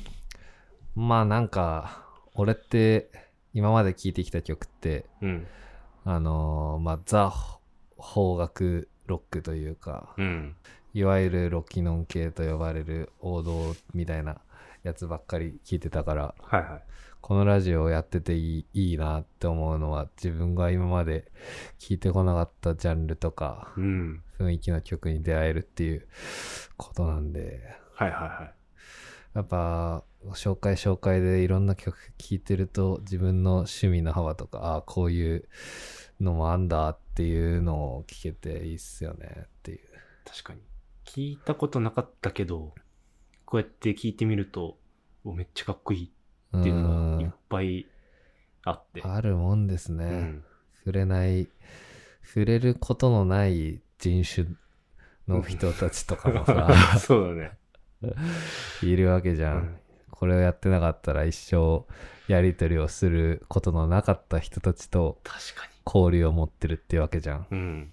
Speaker 2: まあなんか、俺って、今まで聴いてきた曲って、
Speaker 1: うん。
Speaker 2: あのーまあ、ザ邦楽ロックというか、
Speaker 1: うん。
Speaker 2: いわゆるロキノン系と呼ばれる王道みたいなやつばっかり聞いてたから、
Speaker 1: はいはい。
Speaker 2: このラジオをやってていいいいなって思うのは、自分が今まで聞いてこなかったジャンルとか、
Speaker 1: うん。
Speaker 2: 雰囲気の曲に出会えるっていうことなんで、
Speaker 1: はいはいはい。
Speaker 2: やっぱ紹介紹介でいろんな曲聴いてると自分の趣味の幅とかああこういうのもあんだっていうのを聞けていいっすよねっていう
Speaker 1: 確かに。聞いたことなかったけど、こうやって聞いてみると、おめっちゃかっこいいっていうのがいっぱいあって。
Speaker 2: うんあるもんですね、
Speaker 1: うん。
Speaker 2: 触れない触れることのない人種の人たちとかもさ
Speaker 1: *laughs* そうだね。
Speaker 2: いるわけじゃん、
Speaker 1: うん
Speaker 2: これをやってなかったら一生やり取りをすることのなかった人たちと
Speaker 1: 確か
Speaker 2: 交流を持ってるっていうわけじゃん
Speaker 1: に。うん。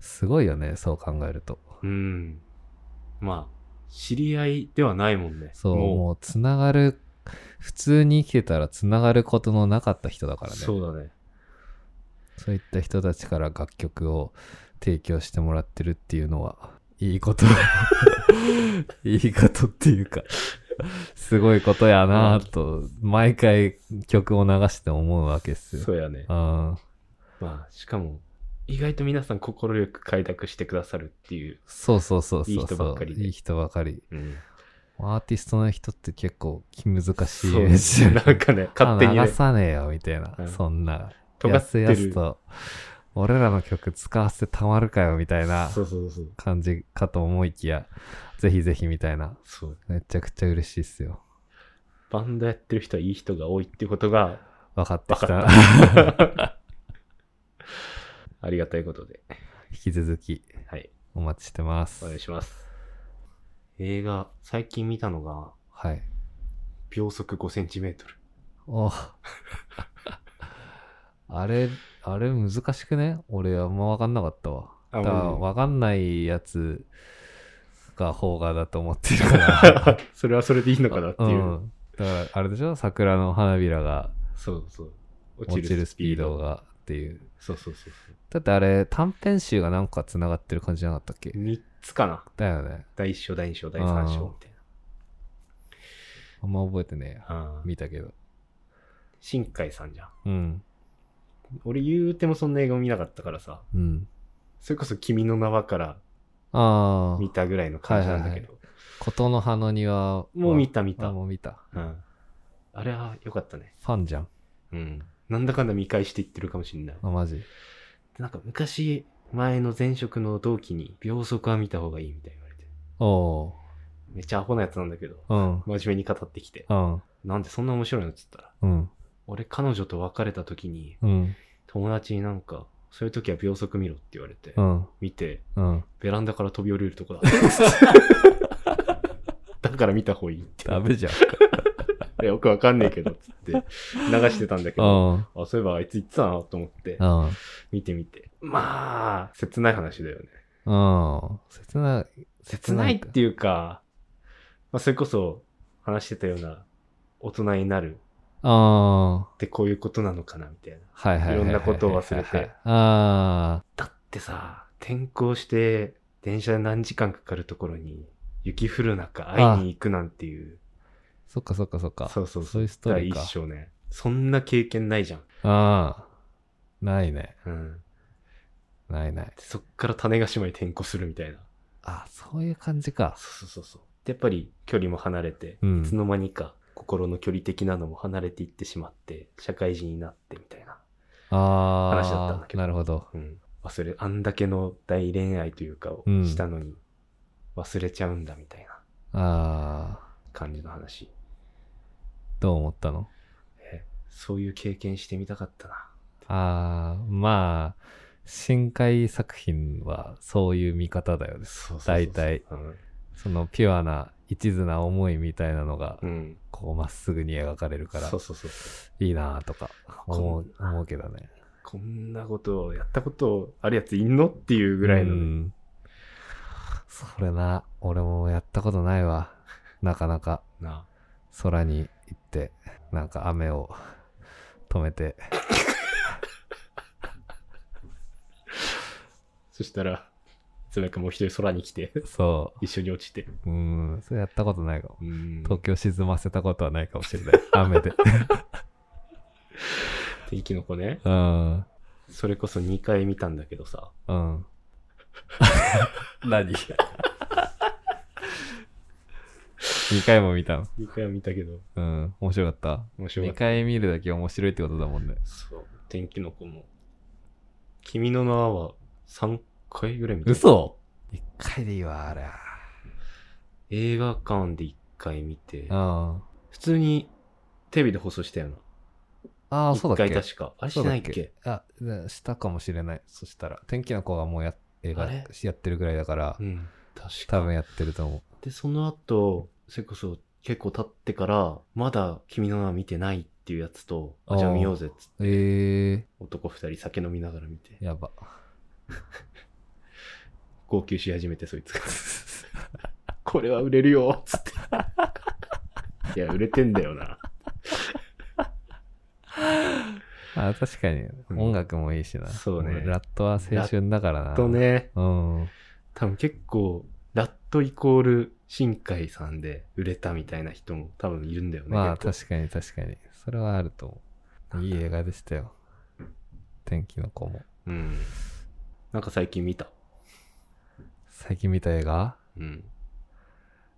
Speaker 2: すごいよねそう考えると
Speaker 1: うん。まあ、知り合いではないもんね。
Speaker 2: そう
Speaker 1: もう
Speaker 2: もうつながる普通に生きてたらつながることのなかった人だからねそう
Speaker 1: そうだね。
Speaker 2: いった人たちから楽曲を提供してもらってるっていうのはいいこと
Speaker 1: *laughs*
Speaker 2: いいことっていうかすごいことやなぁと毎回曲を流して思うわけっすよ
Speaker 1: そうやね。
Speaker 2: あ
Speaker 1: まあ、しかも、意外と皆さん心よく開拓してくださるっていう。
Speaker 2: そうそうそうそうそう
Speaker 1: いい人ばっかりで
Speaker 2: いい人ばかり
Speaker 1: うん。
Speaker 2: アーティストの人って結構気難しい
Speaker 1: そうですね。なんかね、勝手に
Speaker 2: *laughs* あ
Speaker 1: ね
Speaker 2: 流、さねえよみたいな、
Speaker 1: うん
Speaker 2: そんな
Speaker 1: 尖って
Speaker 2: やすやす
Speaker 1: る。
Speaker 2: と俺らの曲使わせてたまるかよみたいな
Speaker 1: そうそうそう。
Speaker 2: 感じかと思いきやぜひぜひみたいな
Speaker 1: そう。
Speaker 2: めちゃくちゃ嬉しいっすよ
Speaker 1: バンドやってる人はいい人が多いっていうことが、
Speaker 2: 分かってきた
Speaker 1: ありがたいことで。
Speaker 2: *laughs* 引き続き
Speaker 1: はい。
Speaker 2: お待ちしてます
Speaker 1: お願いします。映画、最近見たのが、
Speaker 2: はい
Speaker 1: 秒速5センチメートル。
Speaker 2: お *laughs* あれあれ難しくね俺あんま分かんなかったわ
Speaker 1: あ
Speaker 2: だから
Speaker 1: うん
Speaker 2: 分かんないやつが邦画だと思ってるから
Speaker 1: *laughs* それはそれでいいのかなっていう。
Speaker 2: ん、だからあれでしょ桜の花びらが
Speaker 1: そうそう。
Speaker 2: 落ちるスピード。がっていう
Speaker 1: そうそうそうそ
Speaker 2: だってあれ短編集がなんかつながってる感じじゃなかったっけ
Speaker 1: う。3つかな。
Speaker 2: だよね
Speaker 1: 第1章、第2章、第3章みたい
Speaker 2: あんま覚えてねえや
Speaker 1: な。うん
Speaker 2: 見たけど
Speaker 1: 新海さんじゃん。
Speaker 2: うん
Speaker 1: 俺言うてもそんな映画見なかったからさ。
Speaker 2: うん
Speaker 1: それこそ君の名はから
Speaker 2: あ
Speaker 1: 見
Speaker 2: あ
Speaker 1: たぐらいの感じなんだけど。
Speaker 2: 琴の葉の庭は
Speaker 1: もう見た見た
Speaker 2: あもう見た
Speaker 1: うん。あれは良かったね。
Speaker 2: ファンじゃん
Speaker 1: うん。なんだかんだ見返していってるかもしれない。
Speaker 2: あマジ
Speaker 1: なんか昔、前の前職の同期に秒速は見た方がいいみたいに言われて。
Speaker 2: おお
Speaker 1: めっちゃアホなやつなんだけど、
Speaker 2: ーうん
Speaker 1: 真面目に語ってきて。
Speaker 2: うん
Speaker 1: なんでそんな面白いのっつったら。
Speaker 2: うん
Speaker 1: 俺彼女と別れた時に、
Speaker 2: うん
Speaker 1: 友達になんか、そういう時は秒速見ろって言われて、
Speaker 2: うん
Speaker 1: 見て、
Speaker 2: うん
Speaker 1: ベランダから飛び降りるとこだっ
Speaker 2: *laughs*
Speaker 1: た。だから見た方がいいって。
Speaker 2: ダメじゃん
Speaker 1: よくわかんねえけど、つって流してたんだけ
Speaker 2: *laughs* う
Speaker 1: ど、
Speaker 2: んうん
Speaker 1: あ、そういえばあいつ言ってたなと思って、見てみて。まあ、切ない話だよね。
Speaker 2: うん切ない
Speaker 1: 切ないっていうか、まあ、それこそ話してたような、大人になる
Speaker 2: ああ
Speaker 1: ってこういうことなのかな、みたいな。
Speaker 2: はいはいはい
Speaker 1: ろんなことを忘れて
Speaker 2: はいはいはいあ
Speaker 1: だってさ、転校して、電車で何時間かかるところに、雪降る中、会いに行くなんていう。
Speaker 2: あ、そっかそっかそっか。
Speaker 1: そうそう
Speaker 2: そういうストーリーか
Speaker 1: 第一章ね。そんな経験ないじゃん。
Speaker 2: ああ、ないね。
Speaker 1: うん。
Speaker 2: ないない。
Speaker 1: でそっから種子島に転校するみたいな。
Speaker 2: あそういう感じか。
Speaker 1: そうそうそうそう。で、やっぱり距離も離れて、
Speaker 2: うん
Speaker 1: いつの間にか心の距離的なのも離れていってしまって、社会人になってみたいな。
Speaker 2: ああ、
Speaker 1: 話だったんだけど
Speaker 2: なるほど。
Speaker 1: うん。忘れ、あんだけの大恋愛というかを
Speaker 2: うん
Speaker 1: したのに、忘れちゃうんだみたいな
Speaker 2: ああ、
Speaker 1: 感じの話。
Speaker 2: どう思ったの
Speaker 1: えそういう経験してみたかったな。
Speaker 2: ああ、まあ、深海作品はそういう見方だよね。
Speaker 1: そうそうそうそう
Speaker 2: 大体、そのピュアな一途な思いみたいなのが
Speaker 1: う、ん。
Speaker 2: こう、まっすぐに描かれるから
Speaker 1: そう、そうそうそう。
Speaker 2: いいなとか思う
Speaker 1: こん
Speaker 2: 思うけどね。
Speaker 1: こんなことをやったことあるやついんのっていうぐらいのね、
Speaker 2: うんそれな、俺もやったことないわ。なかなか
Speaker 1: な
Speaker 2: 空に行って、なんか雨を止めて、
Speaker 1: そしたら、つばくんもう一人空に来て、 *laughs*
Speaker 2: そ
Speaker 1: 一緒に落ちて。
Speaker 2: う、うーん、それやったことないかも。
Speaker 1: うん
Speaker 2: 東京沈ませたことはないかもしれない。雨
Speaker 1: *laughs*
Speaker 2: で。
Speaker 1: 天気の子ね。
Speaker 2: うん。
Speaker 1: それこそ2回見たんだけどさ。
Speaker 2: うん。
Speaker 1: *laughs*
Speaker 5: 何
Speaker 2: 2回も見たの。
Speaker 1: 2回は見たけど、
Speaker 2: うん。面白かった。
Speaker 1: 面白か
Speaker 2: 2
Speaker 1: った。
Speaker 2: 回見るだけ面白いってことだもんね。
Speaker 1: そう。天気の子も。君の名は3回ぐらい見た。
Speaker 2: 嘘 ?1 回でいいわ、あれ。
Speaker 1: 映画館で1回見て、
Speaker 2: うん。
Speaker 1: 普通にテレビで放送したよな。
Speaker 2: ああ、
Speaker 1: 一
Speaker 2: そうだ
Speaker 1: 回
Speaker 2: っけ
Speaker 1: 確か。あれし
Speaker 2: そうだ
Speaker 1: ないっけ
Speaker 2: あ、ねしたかもしれない。そしたら、天気の子がもうや映
Speaker 1: あ
Speaker 2: 画
Speaker 1: れ
Speaker 2: やってるぐらいだから
Speaker 1: う、ん。確
Speaker 2: 多
Speaker 1: か。
Speaker 2: 分やってると思
Speaker 1: で、その後、それこそ結構経ってから、まだ君の名は見てないっていうやつと、あじゃあ
Speaker 2: あー
Speaker 1: 見ようぜっつって、
Speaker 2: う。え
Speaker 1: 男二人酒飲みながら見て
Speaker 2: ー、、やば。
Speaker 1: 号泣し始めてそいつが。 *laughs* これは売れるよっつって。いや、売れてんだよな。
Speaker 2: あ確かに、
Speaker 1: ん
Speaker 2: 音楽もいいしな。
Speaker 1: そうね
Speaker 2: 俺ラットは青春だからな。
Speaker 1: と。ね、
Speaker 2: うん。
Speaker 1: 多分結構、ラットイコール新海さんで売れたみたいな人も多分いるんだよね。
Speaker 2: まあ、
Speaker 1: 結
Speaker 2: 確かに確かに。それはあると思う。いい映画でしたよ。天気の子も。
Speaker 1: 構うん。なんか最近見た。
Speaker 2: 最近見た映画
Speaker 1: うん。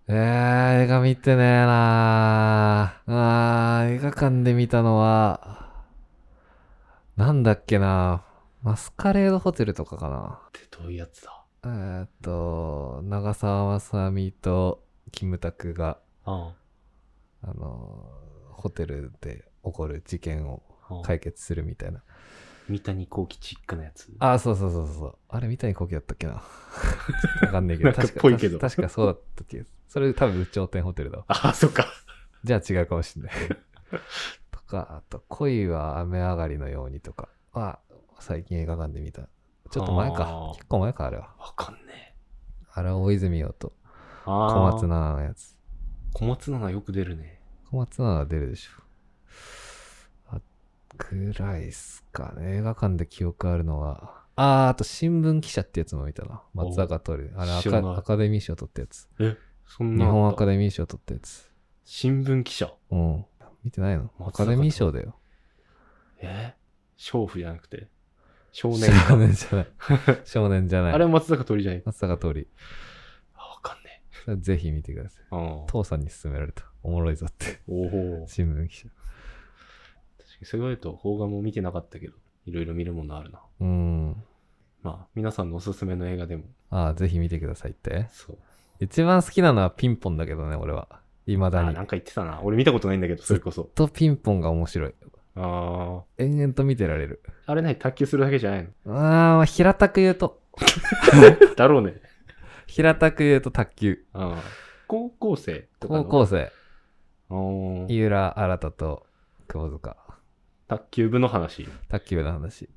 Speaker 2: えー、映画見てねえなーあー映画館で見たのは、なんだっけなマスカレードホテルとかかな
Speaker 1: ってどういうやつだ
Speaker 2: えーっと、長澤まさみとキムタクが、
Speaker 1: あ
Speaker 2: あのーホテルで起こる事件を
Speaker 1: あ。ああ
Speaker 2: 解決するみたいな。
Speaker 1: 三谷幸喜チックなやつ。
Speaker 2: あー、そうそうそうそうそう。あれ、三谷幸喜だったっ
Speaker 1: *laughs*
Speaker 2: けなちょっとわかんないけど。
Speaker 1: なんか
Speaker 2: 確か
Speaker 1: ぽいけど
Speaker 2: 確かそうだったっけそれ多分、有頂天ホテルだわ。
Speaker 1: あ、そっか。
Speaker 2: じゃあ違うかもし
Speaker 1: *laughs*
Speaker 2: んない。とか、あと、恋は雨上がりのようにとかは、最近映画館で見た。ちょっと前
Speaker 1: あ
Speaker 2: か
Speaker 1: ー。
Speaker 2: 結構前か、あれは。
Speaker 1: わかんねえ。
Speaker 2: あれは大泉洋と
Speaker 1: あ
Speaker 2: 小松菜
Speaker 1: 菜。
Speaker 2: 奈のやつ。
Speaker 1: 小松菜がよく出るね。
Speaker 2: 小松菜奈は出るでしょ。あ、ぐらいっすかね。映画館で記憶あるのは。あー、あと新聞記者ってやつも見たな。松坂桃李。あれア
Speaker 1: 知らない
Speaker 2: カ、アカデミー賞取ったやつ。
Speaker 1: そん
Speaker 2: 日
Speaker 1: なの
Speaker 2: 本
Speaker 1: あ
Speaker 2: ア
Speaker 1: った。
Speaker 2: カデミー賞取ったやつ。
Speaker 1: 新聞記者。
Speaker 2: うん。見てないの
Speaker 1: 松坂
Speaker 2: アカデミー賞だよ。
Speaker 1: え娼婦じゃなくて。少年
Speaker 2: 少年じゃない。
Speaker 1: *laughs*
Speaker 2: 少年じゃない。
Speaker 1: あれは松坂鳥じゃない
Speaker 2: 松坂通り。
Speaker 1: あわかんね
Speaker 2: それぜひ見てください。
Speaker 1: え。うん。
Speaker 2: 父さんに勧められた。おもろいぞって。
Speaker 1: おお。
Speaker 2: 新聞記者。
Speaker 1: 確かにそう言われると、邦画も見てなかったけど、いろいろ見るものあるな。
Speaker 2: うーん。
Speaker 1: まあ、皆さんのおすすめの映画でも。
Speaker 2: ああ、ぜひ見てくださいって。
Speaker 1: そう。
Speaker 2: 一番好きなのはピンポンだけどね、俺は。未だ
Speaker 1: あ、
Speaker 2: に。
Speaker 1: なん
Speaker 2: ずっ
Speaker 1: か言ってたな。俺見たことないんだけど、それこそ。
Speaker 2: とピンポンが面白い。
Speaker 1: あ
Speaker 2: 延々と見てられる。
Speaker 1: あ。あれね、卓球するだけじゃ
Speaker 2: *laughs*
Speaker 1: ないの。
Speaker 2: あーまあ、平たく言うと。
Speaker 1: だろうね。
Speaker 2: 平たく言うと卓球。
Speaker 1: うん。高校生とか
Speaker 2: 高
Speaker 1: の。
Speaker 2: 校生。
Speaker 1: 校
Speaker 2: 井浦新と窪塚。
Speaker 1: 卓球部の話。
Speaker 2: 卓球部の話。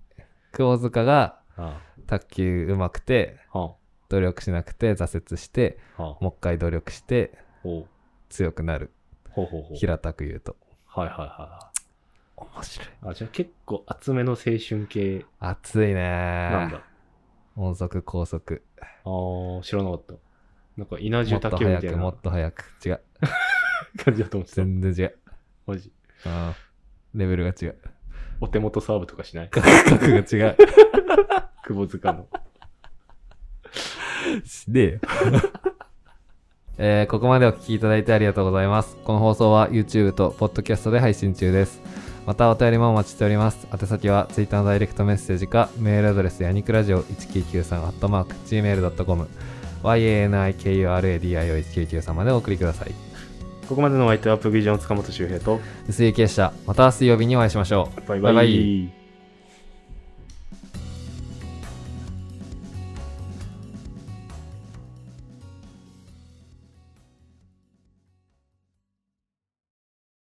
Speaker 2: 窪塚が
Speaker 1: あ
Speaker 2: 卓球上手くて、
Speaker 1: あ。は
Speaker 2: 努力しなくて挫折して、
Speaker 1: あ。はあ。
Speaker 2: もう一回努力して
Speaker 1: おう
Speaker 2: 強くなる。
Speaker 1: ほうほうほう。
Speaker 2: 平たく言うと。
Speaker 1: はいはいはいは
Speaker 2: 面白い。
Speaker 1: い。あ、じゃあ結構厚めの青春系
Speaker 2: 熱いね
Speaker 1: なんだ。
Speaker 2: 音速高速。
Speaker 1: ああ、知らなかった。なんか稲
Speaker 2: も
Speaker 1: 中
Speaker 2: っと
Speaker 1: 卓球み
Speaker 2: 早
Speaker 1: たい
Speaker 2: く、も
Speaker 1: な
Speaker 2: っと早く。違う。
Speaker 1: 感じだと思ってた。
Speaker 2: 全然違う。
Speaker 1: マジ。
Speaker 2: あーレベルが違う。
Speaker 1: お手元サーブとかしない
Speaker 2: 格が違
Speaker 1: *laughs* 久
Speaker 2: う。
Speaker 1: 保塚の。
Speaker 2: しねえよ。えーここまでお聞きいただいてありがとうございます。この放送は YouTube と Podcast で配信中です。またお便りもお待ちしております。宛先は Twitter のダイレクトメッセージか、メールアドレスやニクラジオ 1993-gmail.com、yanikuradio1993 までお送りください。
Speaker 1: ここまでのお相手はプグビジョン塚本周平と、
Speaker 2: 水泳でした。また明日曜日にお会いしましょう。
Speaker 1: バイ
Speaker 2: バ
Speaker 1: バ
Speaker 2: イ
Speaker 1: イ。
Speaker 2: バイ